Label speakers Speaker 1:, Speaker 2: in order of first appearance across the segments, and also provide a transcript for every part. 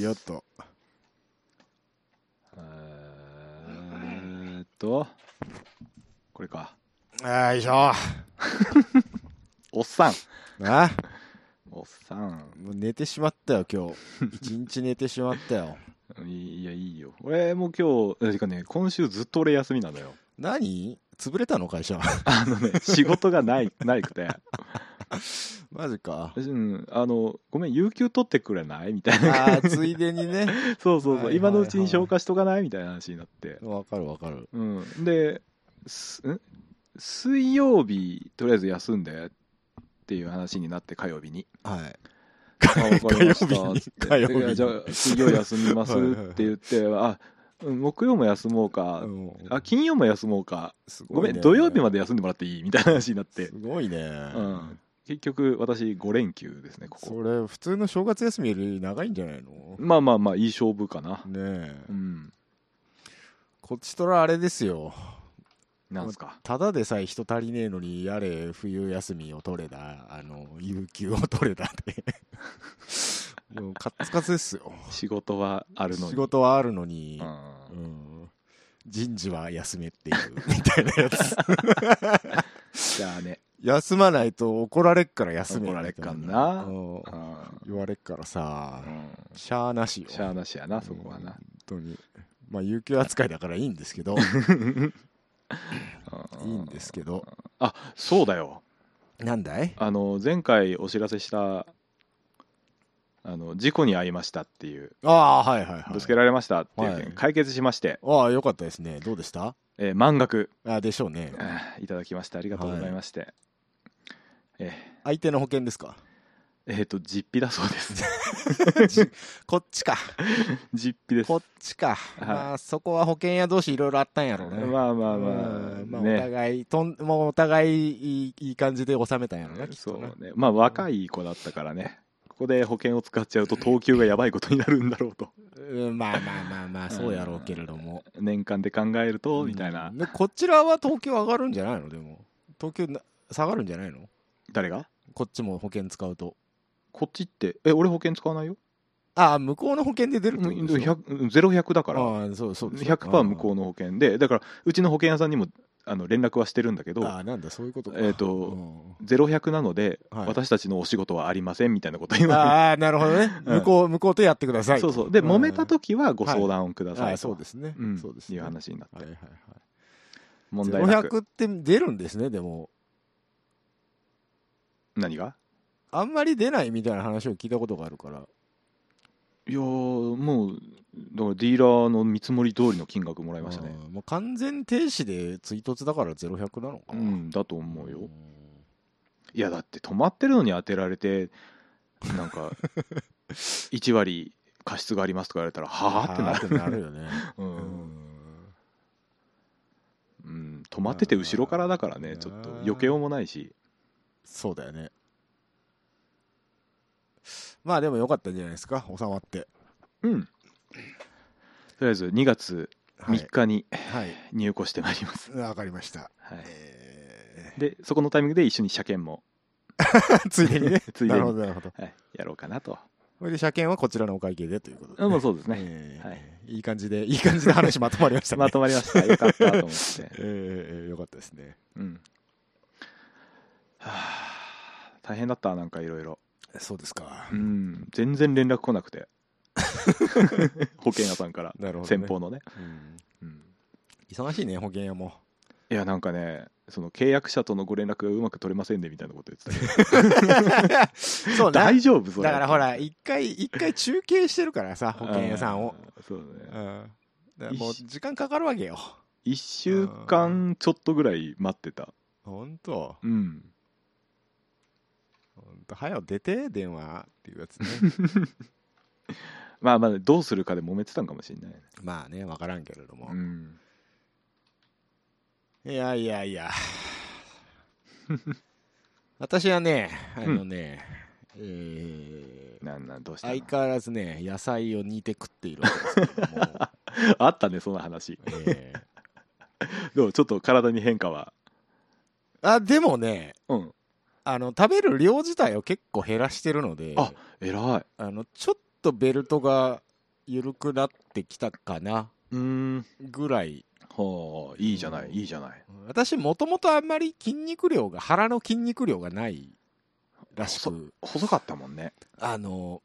Speaker 1: よっと。
Speaker 2: えーっと、これか。
Speaker 1: よいしょ。
Speaker 2: おっさん。
Speaker 1: あ
Speaker 2: おっさん。
Speaker 1: もう寝てしまったよ、今 日。一日寝てしまったよ。
Speaker 2: いいや、いいよ。俺も今日、てかね、今週ずっと俺休みなんだよ。
Speaker 1: 何潰れたの会社。
Speaker 2: あのね、仕事がない、 ないくて。
Speaker 1: マジか。
Speaker 2: うん、あの、ごめん、有給取ってくれないみたいな。
Speaker 1: ああ、ついでにね。
Speaker 2: そう
Speaker 1: は
Speaker 2: そうそう、
Speaker 1: いはいはい
Speaker 2: 今のうちに消化しとかないみたいな話になって。
Speaker 1: わかるわかる。
Speaker 2: うん。で、すん水曜日、とりあえず休んでっていう話になって、火曜日に。
Speaker 1: はい。
Speaker 2: あわかりました
Speaker 1: 火曜日に
Speaker 2: って
Speaker 1: 火曜日に
Speaker 2: いやじゃあ水曜休みますって言ってあうん木曜も休もうか、
Speaker 1: うん
Speaker 2: あ金曜も休もうか
Speaker 1: す
Speaker 2: ご
Speaker 1: ご
Speaker 2: め
Speaker 1: い
Speaker 2: ん、
Speaker 1: ね
Speaker 2: 土曜日まで休んでもらっていいみたいな話になって
Speaker 1: す、ごいね。
Speaker 2: うん、結局私5連休ですねここ
Speaker 1: それ、普通の正月休みより長いんじゃないの
Speaker 2: まあまあまあいい勝負かな
Speaker 1: ねえ
Speaker 2: う。ん
Speaker 1: こっちとらあれですよ。
Speaker 2: なんすか
Speaker 1: ただでさえ人足りねえのにやれ冬休みを取れだあの有給を取れだ ってもうカッツカツですよ
Speaker 2: 仕事はあるのに
Speaker 1: 仕事はあるのに
Speaker 2: う、
Speaker 1: うん
Speaker 2: ん
Speaker 1: 人事は休めっていう みたいなやつ
Speaker 2: じゃあね
Speaker 1: 休まないと怒られっから休め
Speaker 2: 怒られっ
Speaker 1: みた
Speaker 2: か
Speaker 1: い
Speaker 2: んな
Speaker 1: うん
Speaker 2: うん
Speaker 1: 言われっからさ
Speaker 2: うん
Speaker 1: しゃあなしよ
Speaker 2: しゃあなしやなそこは
Speaker 1: うん
Speaker 2: な
Speaker 1: 本当にまあ有給扱いだからいいんですけどいいんですけど
Speaker 2: あそうだよ
Speaker 1: なんだい
Speaker 2: あの前回お知らせしたあの事故に遭いましたっていう
Speaker 1: ああーはいはいはい
Speaker 2: ぶつけられましたっていう件、
Speaker 1: はい
Speaker 2: 解決しまして、
Speaker 1: ああ、よかったですね。どうでした
Speaker 2: えー満額
Speaker 1: あでしょうね。
Speaker 2: あーいただきましてありがとうございまして、え
Speaker 1: 相手の保険です か
Speaker 2: ーえーと実費だそうです
Speaker 1: こっちか。
Speaker 2: 実費です
Speaker 1: こっちか。
Speaker 2: い
Speaker 1: まあ、そこは保険屋同士いろいろあったんやろうね。
Speaker 2: まあまあまあ、
Speaker 1: うんまあ、お
Speaker 2: ね
Speaker 1: 互い、とんもうお互いいいいい感じで収めたんやろうな、きっ
Speaker 2: そ
Speaker 1: とな
Speaker 2: うねまあ若い子だったからねここで保険を使っちゃうと等級がやばいことになるんだろうと
Speaker 1: うんまあまあまあまあ、そうやろうけれども。
Speaker 2: 年間で考えるとみたいな、
Speaker 1: うんでこちらは東京上がるんじゃないのでも。東京な下がるんじゃないの
Speaker 2: 誰が
Speaker 1: こっちも保険使うと。
Speaker 2: こっちってえ俺保険使わないよ
Speaker 1: ああ、向こうの保険で出るってことでしょ
Speaker 2: 0100だから
Speaker 1: ああ、そうそうですよ。
Speaker 2: 100%向こうの保険でだからうちの保険屋さんにもあの連絡はしてるんだけど
Speaker 1: ああ、なんだ、そういうことか。
Speaker 2: えーと
Speaker 1: うん
Speaker 2: 0100なので、
Speaker 1: はい
Speaker 2: 私たちのお仕事はあり ませんみたいなこと言わ
Speaker 1: ああ、なるほどね。
Speaker 2: うん
Speaker 1: 向こう、向こうとやってくださ
Speaker 2: れ
Speaker 1: い
Speaker 2: てそ
Speaker 1: と。
Speaker 2: うそうで
Speaker 1: ん
Speaker 2: 揉めた時はご相談をくだ
Speaker 1: あ
Speaker 2: さ
Speaker 1: あ
Speaker 2: い
Speaker 1: そう
Speaker 2: と
Speaker 1: ですね。
Speaker 2: うん
Speaker 1: そうです、
Speaker 2: い
Speaker 1: ね。
Speaker 2: う話になっ
Speaker 1: はい
Speaker 2: て
Speaker 1: はいはい。
Speaker 2: 問題なく
Speaker 1: 500って出るんですね、でも。
Speaker 2: 何が
Speaker 1: あんまり出ないみたいな話を聞いたことがあるから。
Speaker 2: いやーもうだからディーラーの見積もり通りの金額もらいましたね
Speaker 1: うんもう完全停止で追突だから0100なのか
Speaker 2: う
Speaker 1: な。
Speaker 2: んだと思うよいやだって止まってるのに当てられてな んか1割過失がありますとか言われたらはあってなる、
Speaker 1: はーってなるよね。
Speaker 2: う
Speaker 1: うんん
Speaker 2: うん、止まってて後ろからだから
Speaker 1: あ
Speaker 2: ね
Speaker 1: ー
Speaker 2: ちょっと避けようもないし
Speaker 1: そうだよね。まあでもよかったんじゃないですか、収まって。
Speaker 2: うんとりあえず2月
Speaker 1: は
Speaker 2: 3
Speaker 1: い。
Speaker 2: 日に
Speaker 1: はい。
Speaker 2: 入庫してまいります、
Speaker 1: わかりました。
Speaker 2: はい、
Speaker 1: え
Speaker 2: でそこのタイミングで一緒に車検も
Speaker 1: ー ついでにね。
Speaker 2: ついで
Speaker 1: な
Speaker 2: に
Speaker 1: るほど、なるほど。
Speaker 2: はい、やろうかなと
Speaker 1: それで車検はこちらのお会計でということで、
Speaker 2: うんそうです ね、
Speaker 1: えー
Speaker 2: はい
Speaker 1: い、い感じで、いい感じで話まとまり ましたね。
Speaker 2: まとまりましたよかったと
Speaker 1: え
Speaker 2: 思って
Speaker 1: ーえーよかったですね。
Speaker 2: うんはあ大変だったなんかいろいろ
Speaker 1: そうですか。
Speaker 2: うん全然連絡来な くて保険屋さんから、
Speaker 1: なるほど、ね。
Speaker 2: 先方のね、
Speaker 1: うん
Speaker 2: うん
Speaker 1: 忙しいね、保険屋も。
Speaker 2: いやなんかねその契約者とのご連絡がうまく取れませんねみたいなこと言ってたけど
Speaker 1: そうな。
Speaker 2: 大丈夫それ
Speaker 1: だからほら、一回、一回中継してるからさ、保険屋さんを。
Speaker 2: あーそうだね
Speaker 1: うん。だからもう時間かかるわけよ。
Speaker 2: 1週間ちょっとぐらい待ってた
Speaker 1: ほんと。
Speaker 2: うん
Speaker 1: ほんと、早よ出て、電話っていうやつ ね。
Speaker 2: まあまあどうするかで揉めてたんかもしれないね
Speaker 1: まあね、わからんけれども。
Speaker 2: うん
Speaker 1: いやいやいや。 私はね、あのね、えー
Speaker 2: なんなんどうしたの
Speaker 1: 相変わらずね、野菜を煮て食っているわけですけれ ども、
Speaker 2: あったねその話
Speaker 1: えー
Speaker 2: でもちょっと体に変化は
Speaker 1: あでもね、
Speaker 2: うん
Speaker 1: あの食べる量自体を結構減らしてるので、
Speaker 2: あ偉い
Speaker 1: あのちょっとベルトが緩くなってきたかな
Speaker 2: うーん
Speaker 1: ぐらい
Speaker 2: はあいいじゃな
Speaker 1: うん
Speaker 2: いいいじゃない
Speaker 1: 私もともとあんまり筋肉量が腹の筋肉量がないらしく
Speaker 2: 細かったもんね
Speaker 1: あの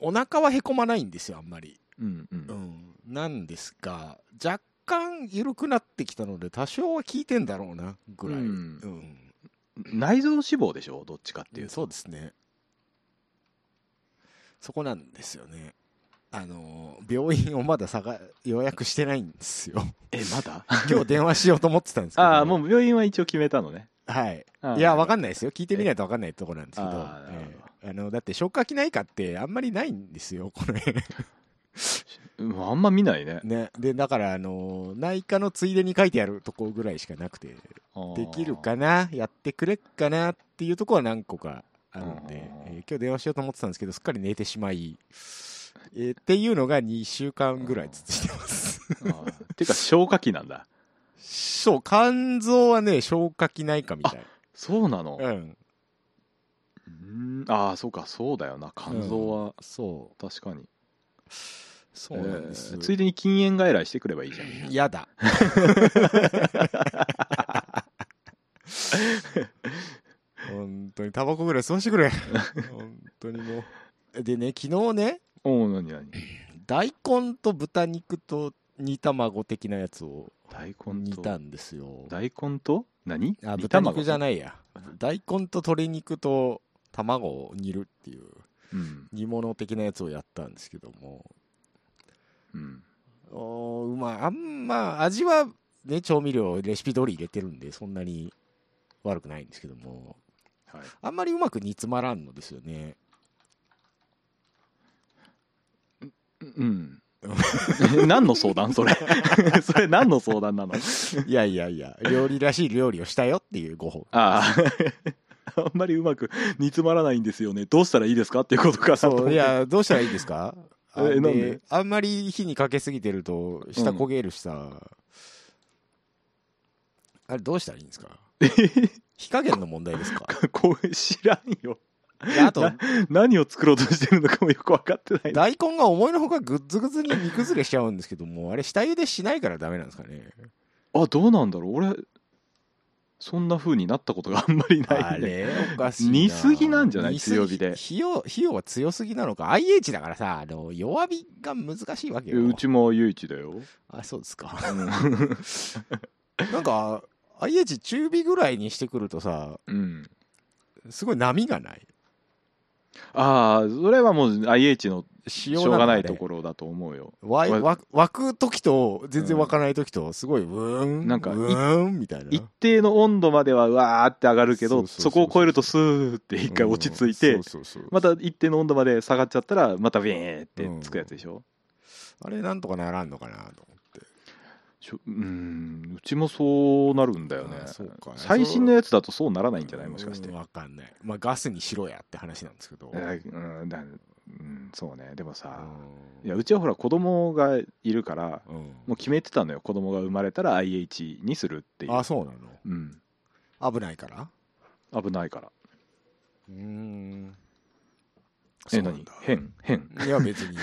Speaker 1: お腹はへこまないんですよあんまり、
Speaker 2: うんう
Speaker 1: うんん、なんですが若干緩くなってきたので多少は効いてんだろうなぐらい、
Speaker 2: うん
Speaker 1: うん
Speaker 2: 内臓脂肪でしょどっちかっていうと
Speaker 1: そうですねそこなんですよねあの病院をまだ探予約してないんです よ
Speaker 2: え まだ
Speaker 1: 今日電話しようと思ってたんですけど
Speaker 2: ああもう病院は一応決めたのね
Speaker 1: はいいや、わかんないですよ。聞いてみないとわかんないところなんですけど。
Speaker 2: あーなるほど
Speaker 1: ええあの、だって消化器内科ってあんまりないんですよ、これ。
Speaker 2: うんあんま見ないね
Speaker 1: ね。で、だから、あの、内科のついでに書いてあるとこぐらいしかなくて、
Speaker 2: あー
Speaker 1: できるかなやってくれっかなっていうところは何個かあるんで、
Speaker 2: あー
Speaker 1: えー今日電話しようと思ってたんですけど、すっかり寝てしまい、えーっていうのが2週間ぐらい続いて ます。
Speaker 2: あーてか消化器なんだ
Speaker 1: そう、肝臓はね、消化器内科みたい。
Speaker 2: そうなの
Speaker 1: うん。
Speaker 2: うーんああそうかそうだよな肝臓は
Speaker 1: そう。
Speaker 2: 確かに
Speaker 1: そうなんです。
Speaker 2: えーついでに禁煙外来してくればいいじゃん
Speaker 1: やだ。本当にタバコぐらい吸わしてくれ。本当にもう。でね、昨日ね、
Speaker 2: おお何何
Speaker 1: 大根と豚肉と煮卵的なやつを
Speaker 2: 大根
Speaker 1: 煮た
Speaker 2: と
Speaker 1: んですよ。
Speaker 2: 大根と何
Speaker 1: あ、豚肉じゃ
Speaker 2: い、
Speaker 1: ないや。大根と鶏肉と卵を煮るっていう
Speaker 2: うん
Speaker 1: 煮物的なやつをやったんですけども。
Speaker 2: うん、
Speaker 1: おーうまいあんま味はね調味料レシピ通り入れてるんでそんなに悪くないんですけども
Speaker 2: はい
Speaker 1: あんまりうまく煮詰まらんのですよ ね
Speaker 2: うん。何の相談それ それ何の相談なの
Speaker 1: いやいやいや料理らしい料理をしたよっていうご報
Speaker 2: あ ああんまりうまく煮詰まらないんですよねどうしたらいいですか っていうことかなと思っ
Speaker 1: 告
Speaker 2: て
Speaker 1: いやどうしたらいいですか
Speaker 2: え
Speaker 1: あ
Speaker 2: なんで
Speaker 1: あんまり火にかけすぎてると下焦げるしさ、あれどうしたらいいんですか火加減の問題ですか
Speaker 2: こう知らんよ
Speaker 1: であと
Speaker 2: な何を作ろうとしてるのかもよく分かってないな
Speaker 1: 大根が思いのほかグッズグズに煮崩れしちゃうんですけどもあれ下茹でしないからダメなんですかね
Speaker 2: あどうなんだろう俺そんな風になったことがあんまりな
Speaker 1: あ
Speaker 2: いね
Speaker 1: れおかしいな
Speaker 2: 煮すぎなんじゃない
Speaker 1: 煮すぎ
Speaker 2: 強火で
Speaker 1: 費用費用は強すぎなのか IH だからさあの弱火が難しいわけよ
Speaker 2: うちも唯一だよ、
Speaker 1: あそうですか
Speaker 2: うん
Speaker 1: なんか IH 中火ぐらいにしてくるとさ
Speaker 2: うん、
Speaker 1: すごい波がない
Speaker 2: ああそれはもう IH の
Speaker 1: し
Speaker 2: しょうがないところだと思うよ
Speaker 1: わ
Speaker 2: わ
Speaker 1: わ湧く時と全然湧かない時とすごいうーん
Speaker 2: なんかいう
Speaker 1: ーんみたいな
Speaker 2: 一定の温度まではうわーって上がるけ
Speaker 1: そう
Speaker 2: ど
Speaker 1: そうそう
Speaker 2: そこを超えるとスーって一回落ち着いて、
Speaker 1: うんそうそうそう
Speaker 2: また一定の温度まで下がっちゃったらまたビーンってつくやつでしょ,
Speaker 1: あれなんとかならんのかなと思って
Speaker 2: しょ、うーんうちもそうなるんだよね
Speaker 1: あーそうか
Speaker 2: 最新のやつだとそうならないんじゃないもしかして
Speaker 1: うんわかんないまあガスにしろやって話なんですけど
Speaker 2: えーうんだうんそうねでもさ
Speaker 1: うん
Speaker 2: いやうちはほら子供がいるから
Speaker 1: うん
Speaker 2: もう決めてたのよ子供が生まれたら IH にするっていう
Speaker 1: あそうな
Speaker 2: うん、
Speaker 1: の危ないから
Speaker 2: 危ないから
Speaker 1: うーん
Speaker 2: え何変変
Speaker 1: いや別 に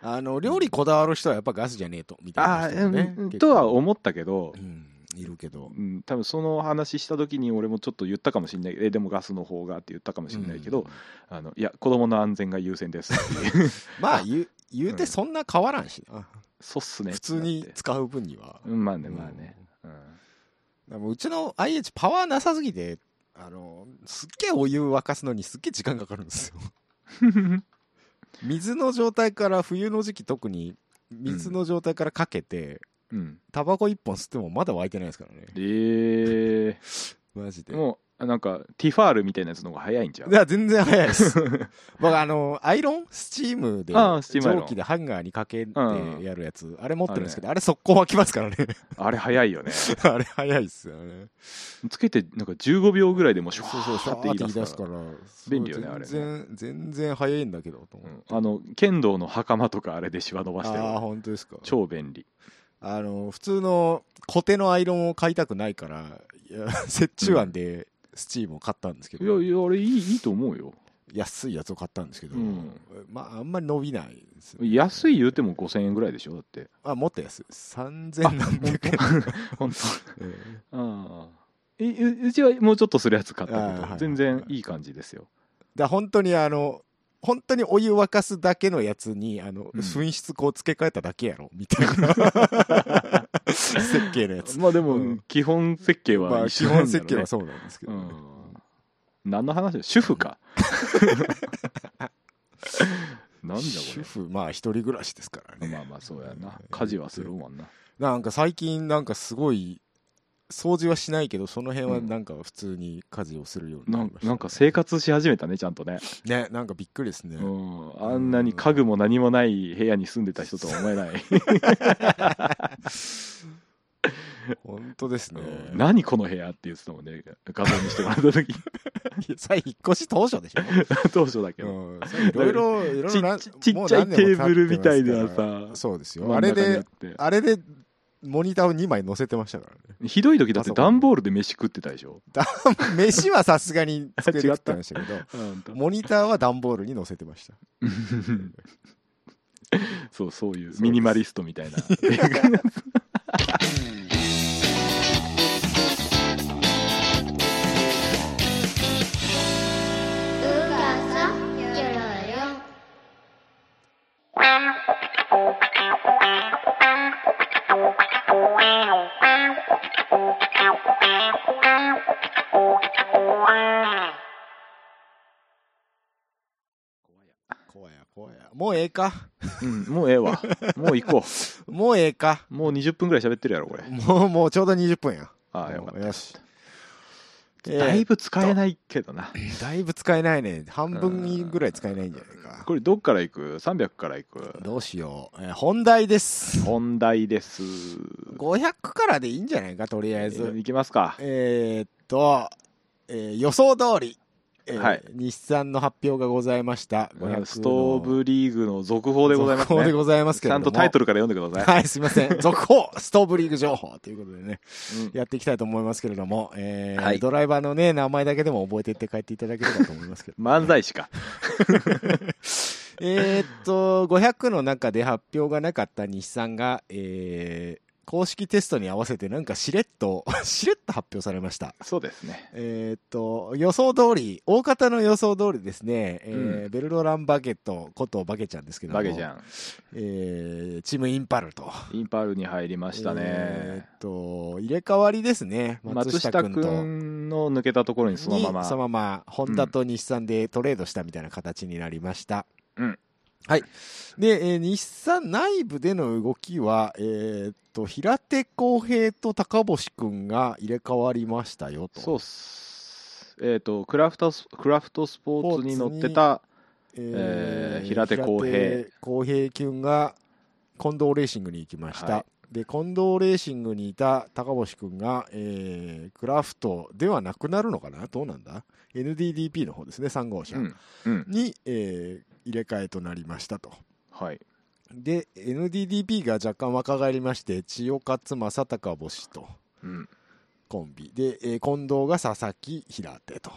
Speaker 1: あの料理こだわる人はやっぱガスじゃねえとみたいな
Speaker 2: あ
Speaker 1: 人
Speaker 2: あ、
Speaker 1: もね
Speaker 2: うん
Speaker 1: 結構
Speaker 2: とは思ったけど
Speaker 1: う、んいるけど
Speaker 2: うん、多分その話した時に俺もちょっと言ったかもしれないえでもガスの方がって言ったかもしれないけど、
Speaker 1: うん
Speaker 2: あのいや子供の安全が優先ですっていう
Speaker 1: まあ言う言うてそんな変わらんしな
Speaker 2: そうっすね
Speaker 1: 普通に
Speaker 2: ってなって
Speaker 1: 使う分には
Speaker 2: うんまあねまあね、うん
Speaker 1: でもうちの IH パワーなさすぎてあのすっげえお湯沸かすのにすっげえ時間かかるんです よ水の状態から冬の時期特に水の状態からかけて、
Speaker 2: うん、
Speaker 1: タバコ一本吸ってもまだ沸いてないですからね
Speaker 2: えー、
Speaker 1: マジで
Speaker 2: もうなんかティファールみたいなやつの方が早いんじゃん
Speaker 1: いや全然早いです 僕あのアイロンスチームで
Speaker 2: ああスチームアイロン
Speaker 1: 蒸気でハンガーにかけて
Speaker 2: うん
Speaker 1: やるやつあれ持ってるんですけどあれ速攻湧きますからね
Speaker 2: あれ早いよね
Speaker 1: あれ早いっすよね
Speaker 2: つけてなんか15秒ぐらいでもうシュワ
Speaker 1: そうそうシャ
Speaker 2: ー
Speaker 1: ー
Speaker 2: っ
Speaker 1: ってて
Speaker 2: 言
Speaker 1: 言
Speaker 2: い
Speaker 1: い
Speaker 2: 出
Speaker 1: 出
Speaker 2: す
Speaker 1: す
Speaker 2: か、
Speaker 1: からら
Speaker 2: 便利よね
Speaker 1: そう全然全然早いんだけどと思
Speaker 2: う
Speaker 1: って
Speaker 2: んあの剣道の袴とかあれでシワ伸ばしてる
Speaker 1: ああ本当ですか
Speaker 2: 超便利
Speaker 1: あの普通のコテのアイロンを買いたくない からいや折衷案でスチームを買ったんですけ
Speaker 2: い
Speaker 1: ど、
Speaker 2: やいやあれいいいいと思うよ
Speaker 1: 安いやつを買ったんですけど、
Speaker 2: うん
Speaker 1: まああんまり伸びないです、ね、
Speaker 2: 安い言うても5000円ぐらいでしょだって
Speaker 1: あもっと安い3000何百円
Speaker 2: 本当
Speaker 1: え
Speaker 2: ああえううちはもうちょっとするやつ買った
Speaker 1: ああは
Speaker 2: け
Speaker 1: いは
Speaker 2: ど
Speaker 1: い
Speaker 2: 全然いい感じですよ
Speaker 1: えだ本当にあの本当にお湯沸かすだけのやつにあの、
Speaker 2: うん
Speaker 1: 紛失こう付け替えただけやろみたい な設計のやつ
Speaker 2: まあで
Speaker 1: う
Speaker 2: も
Speaker 1: ん
Speaker 2: 基本設計
Speaker 1: ま
Speaker 2: は
Speaker 1: あ
Speaker 2: 一
Speaker 1: 基
Speaker 2: 緒なんだろうね
Speaker 1: 本設計はそうなんですけど、
Speaker 2: うん何の話だ主婦 かなんだ
Speaker 1: 主婦まあ一人暮らしですから
Speaker 2: これ
Speaker 1: ね
Speaker 2: まあまあそうやな家事はするもんな
Speaker 1: なんか最近なんかすごい掃除はしないけどその辺は
Speaker 2: うん
Speaker 1: なんか普通に家事をするようにな
Speaker 2: な
Speaker 1: り
Speaker 2: ん
Speaker 1: ました、
Speaker 2: なんか生活し始めたねちゃんとね
Speaker 1: ねなんかびっくりですね、
Speaker 2: うんあんなに家具も何もない部屋に住んでた人とは思えない
Speaker 1: 本当ですね
Speaker 2: うん 何この部屋って言ってたもんね画像にしてもらった時
Speaker 1: さ引っ越し当初でしょ
Speaker 2: 当初だけど
Speaker 1: うんさいろいろいろい
Speaker 2: ち
Speaker 1: ろな
Speaker 2: ちちっちゃいテーブルみたいな
Speaker 1: もう何年も経ってますか
Speaker 2: さ
Speaker 1: らそうですよ
Speaker 2: 真
Speaker 1: あ
Speaker 2: ん
Speaker 1: れ
Speaker 2: 中に
Speaker 1: で
Speaker 2: って
Speaker 1: あれでモニターを2枚載せてましたからね
Speaker 2: ひどい時だって段ボールで飯食ってたでしょ
Speaker 1: 飯はさすがに机で食ってましたけど
Speaker 2: あんた
Speaker 1: モニターは段ボールに載せてました
Speaker 2: そうそういう
Speaker 1: す
Speaker 2: ミニマリストみ たいな
Speaker 3: Ugasa, Yoyo.
Speaker 1: 怖や怖やもうええか
Speaker 2: うんもうええわもう行こ
Speaker 1: もうええか
Speaker 2: うもう20分ぐらい喋ってるやろこれ
Speaker 1: もうもうちょうど20分や
Speaker 2: ああよかっ
Speaker 1: よし、
Speaker 2: ただいぶ使えないけどな
Speaker 1: えーだいぶ使えないね半分ぐらい使えないんじゃないか
Speaker 2: これどっから行く300から行く
Speaker 1: どうしよう、えー本題です
Speaker 2: 本題です
Speaker 1: 500からでいいんじゃないかとりあえず
Speaker 2: 行きますか
Speaker 1: えーっと、えー予想通り、えー
Speaker 2: はい
Speaker 1: 日産の発表がございました500の
Speaker 2: ストーブリーグの続報でございます
Speaker 1: 続報で
Speaker 2: ね
Speaker 1: ございますけ
Speaker 2: ち
Speaker 1: れ
Speaker 2: ゃ
Speaker 1: ど
Speaker 2: ん
Speaker 1: も
Speaker 2: とタイトルから読んでくださ
Speaker 1: はいすいません続報ストーブリーグ情報ということでね
Speaker 2: いうん
Speaker 1: やっていきたいと思いますけれども、えー
Speaker 2: はい
Speaker 1: ドライバーのね名前だけでも覚えていって帰っていただければと思いますけど
Speaker 2: 漫才師か
Speaker 1: えーっと500の中で発表がなかった日産が、えー公式テストに合わせてなんかしれっと しれっと発表されました
Speaker 2: そうですね
Speaker 1: えーっと予想通り大方の予想通りですね、えー
Speaker 2: う
Speaker 1: ベルロラン・バゲットことバゲちゃんですけども
Speaker 2: バゲちゃん
Speaker 1: えーチームインパルと
Speaker 2: インパールに入りました
Speaker 1: え
Speaker 2: ね
Speaker 1: ーっと入れ替わりですね松
Speaker 2: 松
Speaker 1: 下
Speaker 2: 下
Speaker 1: 君と
Speaker 2: 君の抜けたところにそのまま
Speaker 1: にそのままホンダと日産でトレードしたみたいな形になりました、
Speaker 2: うん
Speaker 1: はいで、えー日産内部での動きは、えーっと平手浩平と高星君が入れ替わりましたよと
Speaker 2: そうっす。えっ、と、クラフトス、クラフトスポーツに乗ってた、えー平手康平
Speaker 1: 平手康平君が近藤レーシングに行きました、
Speaker 2: は
Speaker 1: で近藤レーシングにいた高星君が、えークラフトではなくなるのかなどうなんだ NDDP の方ですね3号車、
Speaker 2: うん、うん、
Speaker 1: に、えー入れ替えとなりましたと
Speaker 2: はい。
Speaker 1: で NDDP が若干若返りまして千代勝正隆星と
Speaker 2: うん、
Speaker 1: コンビで、えー近藤が佐々木平手と、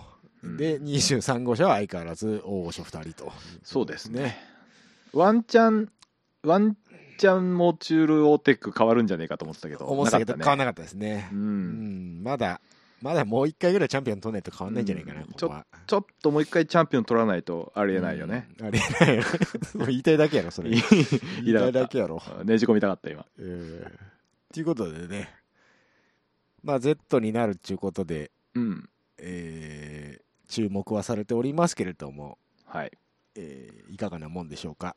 Speaker 2: うん
Speaker 1: で23号車は相変わらず大御所2人と
Speaker 2: そうですね。ワンチャン、ワンチャンモチュールオーテック変わるんじゃねえかと思ってたけど、
Speaker 1: 思ってたけど
Speaker 2: な
Speaker 1: 変
Speaker 2: か
Speaker 1: わ
Speaker 2: っ
Speaker 1: んなかったですね
Speaker 2: たねう、。
Speaker 1: うんん、まだまだもう1回ぐらいチャンピオン取んないと変わんないんじゃないかな、
Speaker 2: うん
Speaker 1: ここは
Speaker 2: ちょっともう一回チャンピオン取らないとありえないよね。
Speaker 1: うんありえないよね 言いたいだけやろそれ
Speaker 2: 言い
Speaker 1: 言
Speaker 2: 言い
Speaker 1: いた
Speaker 2: た
Speaker 1: い
Speaker 2: か
Speaker 1: だ
Speaker 2: っ
Speaker 1: けやろ
Speaker 2: た。ねじ込みたかった、今。
Speaker 1: えーということでね、まあ、Z になるっていうことで、
Speaker 2: うん。
Speaker 1: えー注目はされておりますけれども、
Speaker 2: はい。
Speaker 1: えーいかがなもんでしょうか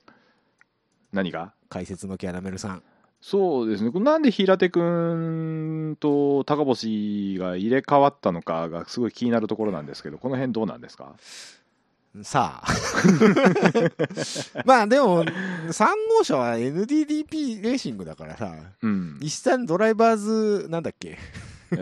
Speaker 2: 何が
Speaker 1: 解説のキャラメルさん
Speaker 2: そうですね、これなんで平手君と高星が入れ替わったのかがすごい気になるところなんですけど、この辺どうなんですか
Speaker 1: さあまあでも3号車は NDDP レーシングだからさ
Speaker 2: うん、
Speaker 1: 日産ドライバーズなんだっけ
Speaker 2: え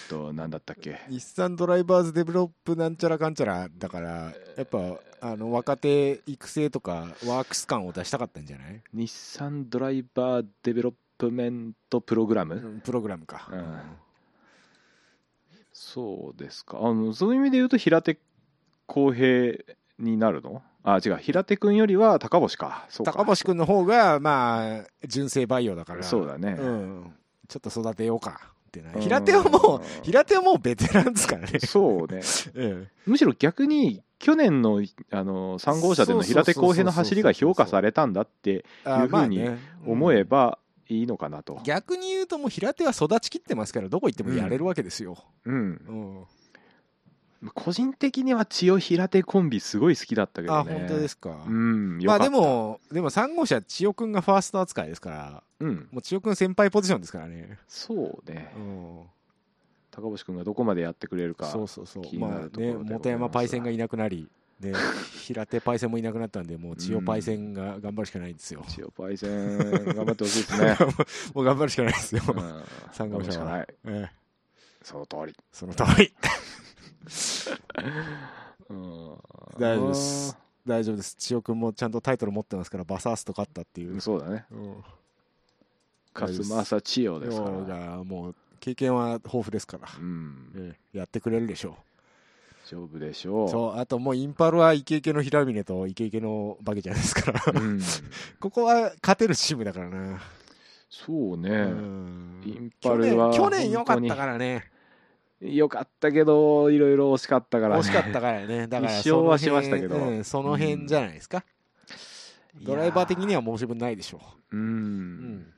Speaker 2: ーっと、なんだったっけ、
Speaker 1: 日産ドライバーズデベロップなんちゃらかんちゃらだからやっぱあの若手育成とかワークス感を出したかったんじゃない
Speaker 2: 日産ドライバーデベロップメントプログラム、
Speaker 1: うんプログラムか、
Speaker 2: うんそうですかあの、そういう意味で言うと、平手浩平になるのあ違う平手君よりは高星かそうか
Speaker 1: 高星君の方がまあ純正培養だから
Speaker 2: そうだね、
Speaker 1: うん、ちょっと育てようかってな
Speaker 2: うん
Speaker 1: 平手はもう平手はもうベテランですからね
Speaker 2: そう ね
Speaker 1: うん
Speaker 2: むしろ逆に去年のあの3号車での平手公平の走りが評価されたんだって
Speaker 1: あ
Speaker 2: いうふうに
Speaker 1: まあね
Speaker 2: 思えばいいのかなと、
Speaker 1: 逆に言うともう平手は育ちきってますからどこ行ってもやれるわけですよ、
Speaker 2: うん、
Speaker 1: うん
Speaker 2: 個人的には千代平手コンビすごい好きだったけ
Speaker 1: あ
Speaker 2: どね
Speaker 1: 本当ですすか、
Speaker 2: うんよ
Speaker 1: ま
Speaker 2: か
Speaker 1: あ
Speaker 2: っ
Speaker 1: で
Speaker 2: た
Speaker 1: もでも3号車千代くんがファースト扱いですから
Speaker 2: うん、
Speaker 1: もう千代くん先輩ポジションですからね、
Speaker 2: そうね
Speaker 1: うん、
Speaker 2: 高星君がどこまでやってくれるか
Speaker 1: そうそうそう
Speaker 2: 気にな
Speaker 1: ま
Speaker 2: る
Speaker 1: あ
Speaker 2: ところ
Speaker 1: ね
Speaker 2: でございます
Speaker 1: 元山パイセンがいなくなりで 平手パイセンもいなくなったんでもう千代パイセンが頑張るしかないんですよ、
Speaker 2: 千代パイセン頑張ってほしいですね
Speaker 1: もう頑張るしかないですよ、
Speaker 2: うん
Speaker 1: 三号
Speaker 2: 頑張るし
Speaker 1: 車
Speaker 2: か
Speaker 1: は
Speaker 2: ない
Speaker 1: ええ
Speaker 2: その通り
Speaker 1: その通り
Speaker 2: うん
Speaker 1: 大丈夫です 大丈夫です千代くんもちゃんとタイトル持ってますからバサースと勝ったっていう、
Speaker 2: そうだね
Speaker 1: うん大丈夫です
Speaker 2: 勝間朝千代ですから
Speaker 1: 要がもう経験は豊富ですから、
Speaker 2: うん
Speaker 1: ええやってくれるでしょ
Speaker 2: 丈夫でし
Speaker 1: う
Speaker 2: ょう。
Speaker 1: そうあともうインパルはイケイケの平峰とイケイケのバケちゃんですから、
Speaker 2: うん
Speaker 1: ここは勝てるチームだからな、
Speaker 2: そうね、
Speaker 1: うん
Speaker 2: インパルは
Speaker 1: 去年去年良かったかららね
Speaker 2: よかったけどいろいろ惜しかったから、ね、
Speaker 1: 惜しかったから ねだから
Speaker 2: 一勝はしましたけど
Speaker 1: その辺うんその辺じゃないですか、ドライバー的には申し分ないでしょ
Speaker 2: うん、
Speaker 1: う、うん、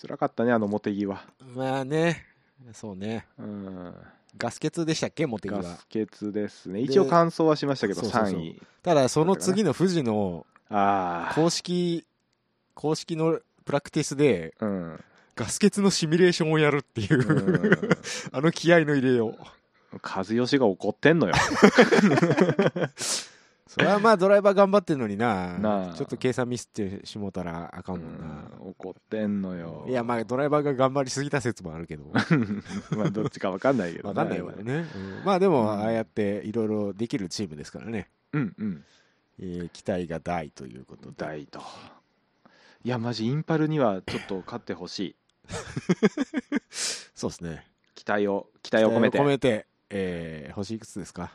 Speaker 2: 辛かったねあの茂木は、
Speaker 1: まあねそうね
Speaker 2: うん、
Speaker 1: ガス欠でしたっけモテギ
Speaker 2: ガ
Speaker 1: は
Speaker 2: ス欠ですね一応完走はしましたけど
Speaker 1: そうそう
Speaker 2: 3
Speaker 1: そう
Speaker 2: 位
Speaker 1: ただその次の富士の
Speaker 2: ああ
Speaker 1: 公式公式のプラクティスで
Speaker 2: うん、うん
Speaker 1: ガス欠のシミュレーションをやるっていう、 あの気合の入れよう
Speaker 2: 和義が怒ってんのよ
Speaker 1: それはまあドライバー頑張ってるのにな
Speaker 2: なあ
Speaker 1: ちょっと計算ミスってしもうたらあか
Speaker 2: うん
Speaker 1: もんな、
Speaker 2: ん怒ってんのよ
Speaker 1: いやまあドライバーが頑張りすぎた説もあるけど
Speaker 2: まあどっちかわかんないけど
Speaker 1: わかんないわね、うんまあでもああやっていろいろできるチームですからね、
Speaker 2: うんうん
Speaker 1: えー期待が大ということで
Speaker 2: 大といやマジインパルにはちょっと勝ってほしい
Speaker 1: そうですね
Speaker 2: 期待を期待を込めて
Speaker 1: えー込めて、えー星いくつですか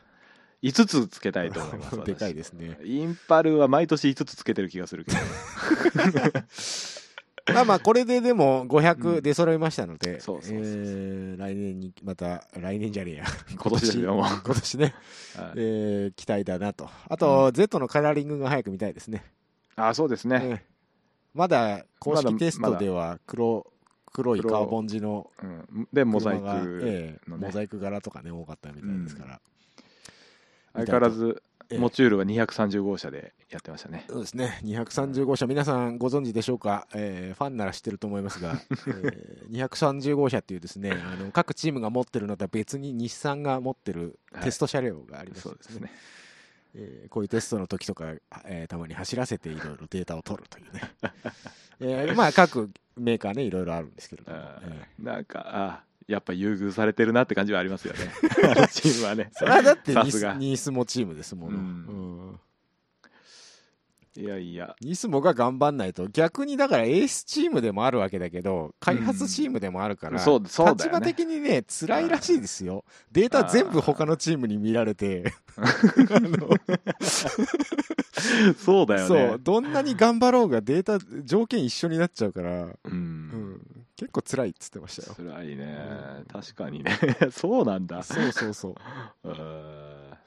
Speaker 2: 5つつけたいと思います
Speaker 1: でかい
Speaker 2: で
Speaker 1: ですね
Speaker 2: インパルは毎年5つつけてる気がするけど
Speaker 1: まあまあこれででも
Speaker 2: う
Speaker 1: 500
Speaker 2: ん
Speaker 1: 出揃いましたので、
Speaker 2: そうそうそうそう
Speaker 1: えー来年にまた来年じゃねえや
Speaker 2: 今年ですよもう、
Speaker 1: 今年ね、
Speaker 2: はい
Speaker 1: えー期待だなとあと、Z のカラーリングが早く見たいですね、
Speaker 2: あそうですね、
Speaker 1: うんまだ公
Speaker 2: まだ
Speaker 1: 式テストでは黒黒いカーボン地の
Speaker 2: うん、でモザイク
Speaker 1: 車がええ
Speaker 2: のね
Speaker 1: モザイク柄とかね多かったみたいですから、
Speaker 2: 相変わらず
Speaker 1: ええ
Speaker 2: モチュールは230号車でやってましたね
Speaker 1: そうですね235車皆さんご存知でしょうか、えーファンなら知ってると思いますが、 えー230号車っていうですねあの各チームが持ってるのとは別に日産が持ってるテスト車両があります、
Speaker 2: そうですね
Speaker 1: えーこういうテストの時とか、えーたまに走らせていろいろデータを取ると いうね、えーまあ各メーカーねいろいろあるんですけれども、
Speaker 2: あ
Speaker 1: えー
Speaker 2: なんかあやっぱ優遇されてるなって感じはあります よねチームはね
Speaker 1: それはだって
Speaker 2: さ
Speaker 1: ニ
Speaker 2: す
Speaker 1: ス
Speaker 2: が
Speaker 1: ニースモチームですもの、
Speaker 2: う
Speaker 1: うんん
Speaker 2: いやいや
Speaker 1: ニスモが頑張んないと逆にだからエースチームでもあるわけだけど開発チームでもあるから、
Speaker 2: そうそうだ
Speaker 1: 立
Speaker 2: よね
Speaker 1: 場的にね辛いらしいですよデータ全部他のチームに見られてあの
Speaker 2: そうだよね
Speaker 1: そうどんなに頑張ろうがデータ条件一緒になっちゃうから、
Speaker 2: う
Speaker 1: うんん、結構辛いっつってましたよ
Speaker 2: 辛いね
Speaker 1: うん
Speaker 2: 確かにね そうなんだ
Speaker 1: そうそうそう
Speaker 2: うん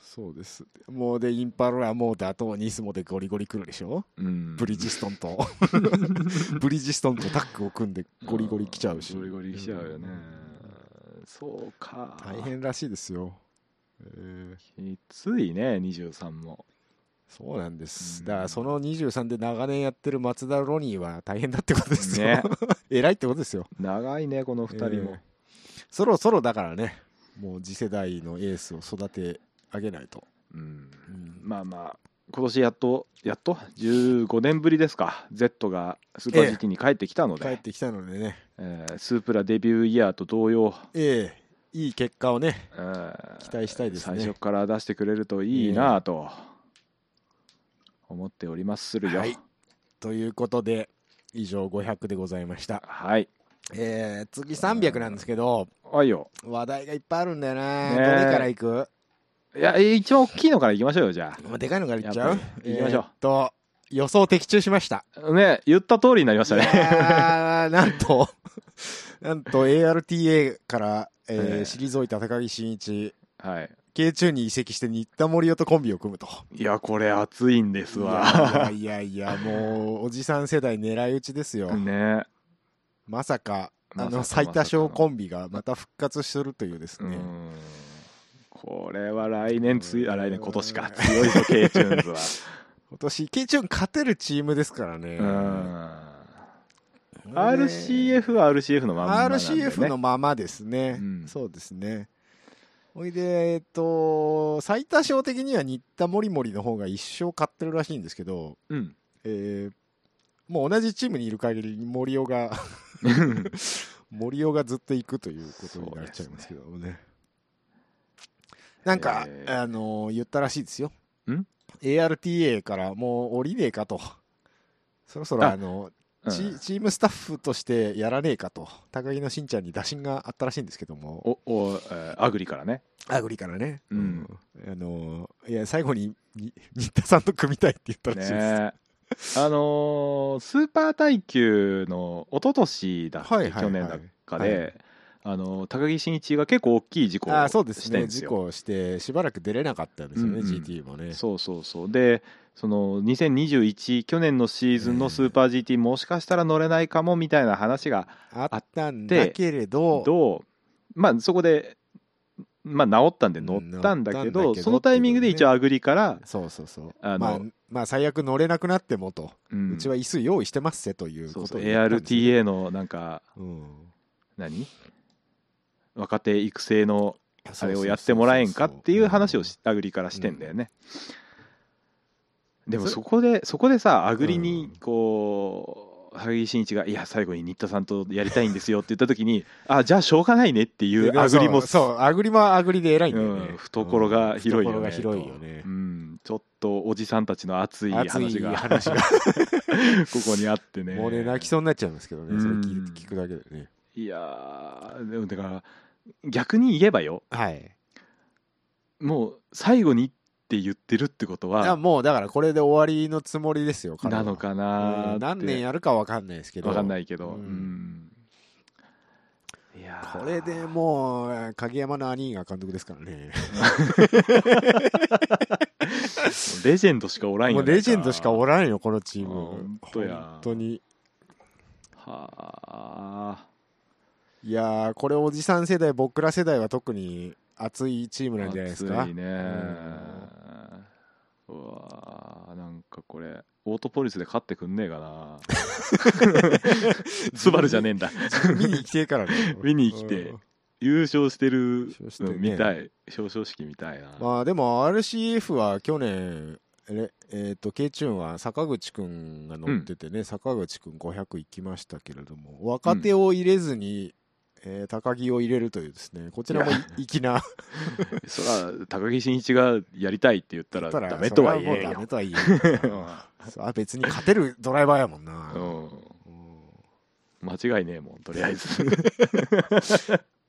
Speaker 1: そうですもうでインパルはもう打倒ニスモでゴリゴリ来るでしょ
Speaker 2: うん
Speaker 1: ブリヂストン とブリヂストンとタッグを組んでゴリゴリ来ちゃうし
Speaker 2: ゴリゴリ来ちゃうよね
Speaker 1: ん
Speaker 2: そうか
Speaker 1: 大変らしいですよ、えー
Speaker 2: きついね23も
Speaker 1: そうなんです、
Speaker 2: うん
Speaker 1: だからその23で長年やってる松田ロニーは大変だってことですよ、
Speaker 2: ね
Speaker 1: 偉いってことですよ
Speaker 2: 長いねこの2人
Speaker 1: え
Speaker 2: も
Speaker 1: ーそろそろだからねもう次世代のエースを育て上げないと、
Speaker 2: うん
Speaker 1: うん
Speaker 2: まあまあ今年やっとやっと15年ぶりですか Z がスーパー GT に帰ってきたの
Speaker 1: 帰っ
Speaker 2: で、
Speaker 1: てきたのでね
Speaker 2: えースープラデビューイヤーと同様、
Speaker 1: ええいい結果をね
Speaker 2: えー
Speaker 1: 期待したいですね
Speaker 2: 最初から出してくれるといいなぁと思っておりますするよ
Speaker 1: はいということで以上500でございました、
Speaker 2: はい
Speaker 1: えー次300なんですけど
Speaker 2: はいよ
Speaker 1: 話題がいっぱいあるんだよな、
Speaker 2: ねえ
Speaker 1: どれからいく
Speaker 2: いや一番大きいのからいきましょうよじゃ
Speaker 1: まあでかいのからいっちゃう
Speaker 2: やっぱり行きましょ
Speaker 1: えー
Speaker 2: う
Speaker 1: っと予想的中しました
Speaker 2: あね言った通りになりました
Speaker 1: い
Speaker 2: ね
Speaker 1: やーなんと なんと ARTA から、
Speaker 2: え
Speaker 1: えー
Speaker 2: え
Speaker 1: 退いた高木真一
Speaker 2: はい
Speaker 1: K 中に移籍して新田森夫とコンビを組むと
Speaker 2: いやこれ熱いんですわ
Speaker 1: いやいやいやもうおじさん世代狙い撃ちですよ、
Speaker 2: ね
Speaker 1: まさかあ
Speaker 2: まさか
Speaker 1: の
Speaker 2: の
Speaker 1: 最多勝コンビがまた復活するというです
Speaker 2: う
Speaker 1: ね、
Speaker 2: んこれは来年ついあ来年今年か強いぞ K チューン ズは
Speaker 1: 今年 K 中勝てるチームですからね、
Speaker 2: うん RCF は RCF のまんまなんで、ね、
Speaker 1: RCF のままですね、
Speaker 2: うん
Speaker 1: そうですねほいでえっと最多勝的には新田モリモリの方が一勝勝ってるらしいんですけど、
Speaker 2: うん
Speaker 1: えーもう同じチームにいる限り森尾 が森尾がずっと行くということになっちゃいますけどもねなんか、
Speaker 2: えー
Speaker 1: あのー言ったらしいですよ
Speaker 2: ん
Speaker 1: ARTA からもう降りねえかとそろそろ
Speaker 2: あ
Speaker 1: あの
Speaker 2: うん
Speaker 1: チチームスタッフとしてやらねえかと高木のしんちゃんに打診があったらしいんですけども
Speaker 2: おお、えーアグリからね
Speaker 1: アグリからね、
Speaker 2: うん
Speaker 1: あのいや最後にに新田さんと組みたいって言ったらしいです、
Speaker 2: ねえあのースーパー耐久の一昨年だっけ、
Speaker 1: はいはいはい
Speaker 2: 去年だっかで、
Speaker 1: は
Speaker 2: あのー高木真一が結構大きい事故
Speaker 1: あー
Speaker 2: を
Speaker 1: そうです
Speaker 2: して
Speaker 1: ね
Speaker 2: んです
Speaker 1: 事
Speaker 2: よ
Speaker 1: 故をしてしばらく出れなかったんですよね、
Speaker 2: うんうん
Speaker 1: GT もね
Speaker 2: そうそうそうでその2021去年のシーズンのスーパー GT もしかしたら乗れないかもみたいな話が
Speaker 1: あったんだけれど
Speaker 2: どうまあそこで、まあ、治ったんで乗ったんだけ
Speaker 1: 乗ったんだけ
Speaker 2: ど
Speaker 1: ど
Speaker 2: そのタイミングで一応アグリから、
Speaker 1: そうそうそう
Speaker 2: あの
Speaker 1: まあ、まあ最悪乗れなくなってもと、
Speaker 2: う
Speaker 1: うんちは椅子用意してますせという
Speaker 2: そ
Speaker 1: こ
Speaker 2: う
Speaker 1: と
Speaker 2: そう
Speaker 1: を言ったんですよ
Speaker 2: ARTA のなんか
Speaker 1: うん
Speaker 2: 何若手育成のあ
Speaker 1: そ
Speaker 2: れ
Speaker 1: うそうそうそう
Speaker 2: をやってもらえんかっていう話をしアグリからしてんだよね、でも
Speaker 1: そ
Speaker 2: そこでそこでさアグリ
Speaker 1: う
Speaker 2: に
Speaker 1: ん
Speaker 2: こう萩井慎一が「いや最後に新田さんとやりたいんですよ」って言った時に 「あじゃあしょうがないね」っていうアグリも
Speaker 1: そうそうアグリもアグリで偉いんだよね、
Speaker 2: うん懐が広い
Speaker 1: 懐
Speaker 2: よ
Speaker 1: が
Speaker 2: ね
Speaker 1: 広いよね
Speaker 2: うんちょっとおじさんたちの熱い
Speaker 1: 熱い
Speaker 2: 話が
Speaker 1: 話が
Speaker 2: ここにあってね
Speaker 1: もうね泣きそうになっちゃいますけどねそれ聞
Speaker 2: うん
Speaker 1: 聞くだけでね
Speaker 2: いやーでもだから逆に言えばよ
Speaker 1: はい
Speaker 2: もう最後にって言ってるってこと
Speaker 1: いや
Speaker 2: は
Speaker 1: もうだからこれで終わりのつもりですよ彼は
Speaker 2: なのか
Speaker 1: う
Speaker 2: なん
Speaker 1: 何年
Speaker 2: や
Speaker 1: やるかわかんないですけど
Speaker 2: わかんないけど、
Speaker 1: う
Speaker 2: うんんいやー
Speaker 1: これでもう影山の兄が監督ですからね
Speaker 2: レジェンドしかおらん
Speaker 1: も
Speaker 2: よ
Speaker 1: うレジェンドしかお
Speaker 2: ん
Speaker 1: らんよこのチーム
Speaker 2: ほんとや
Speaker 1: 本当に
Speaker 2: はあ
Speaker 1: いやーこれおじさん世代僕ら世代は特に熱いチームなんじゃないですか
Speaker 2: 熱いねうわーなんかこれオートポリスで勝ってくんねえかな スバルじゃねえんだ
Speaker 1: うん見に来てからね
Speaker 2: 見に来て
Speaker 1: うん
Speaker 2: 優勝してる
Speaker 1: 優勝してね
Speaker 2: の見たい表彰式見たいな、
Speaker 1: まあでも RCF は去年ええー、と K チューンは坂口くんが乗っててね、坂口くん500行きましたけれども若手を入れずに、えー高木を入れるというですねこちらも
Speaker 2: い
Speaker 1: い
Speaker 2: や
Speaker 1: 粋な
Speaker 2: そら高木真一がやりたいって言ったら
Speaker 1: たら
Speaker 2: ダメとは言
Speaker 1: そ
Speaker 2: えん
Speaker 1: れはも
Speaker 2: よ
Speaker 1: うダメ とは言えんよあ別に勝てるドライバーやもんな、
Speaker 2: うん
Speaker 1: うん
Speaker 2: 間違いねえもんとりあえず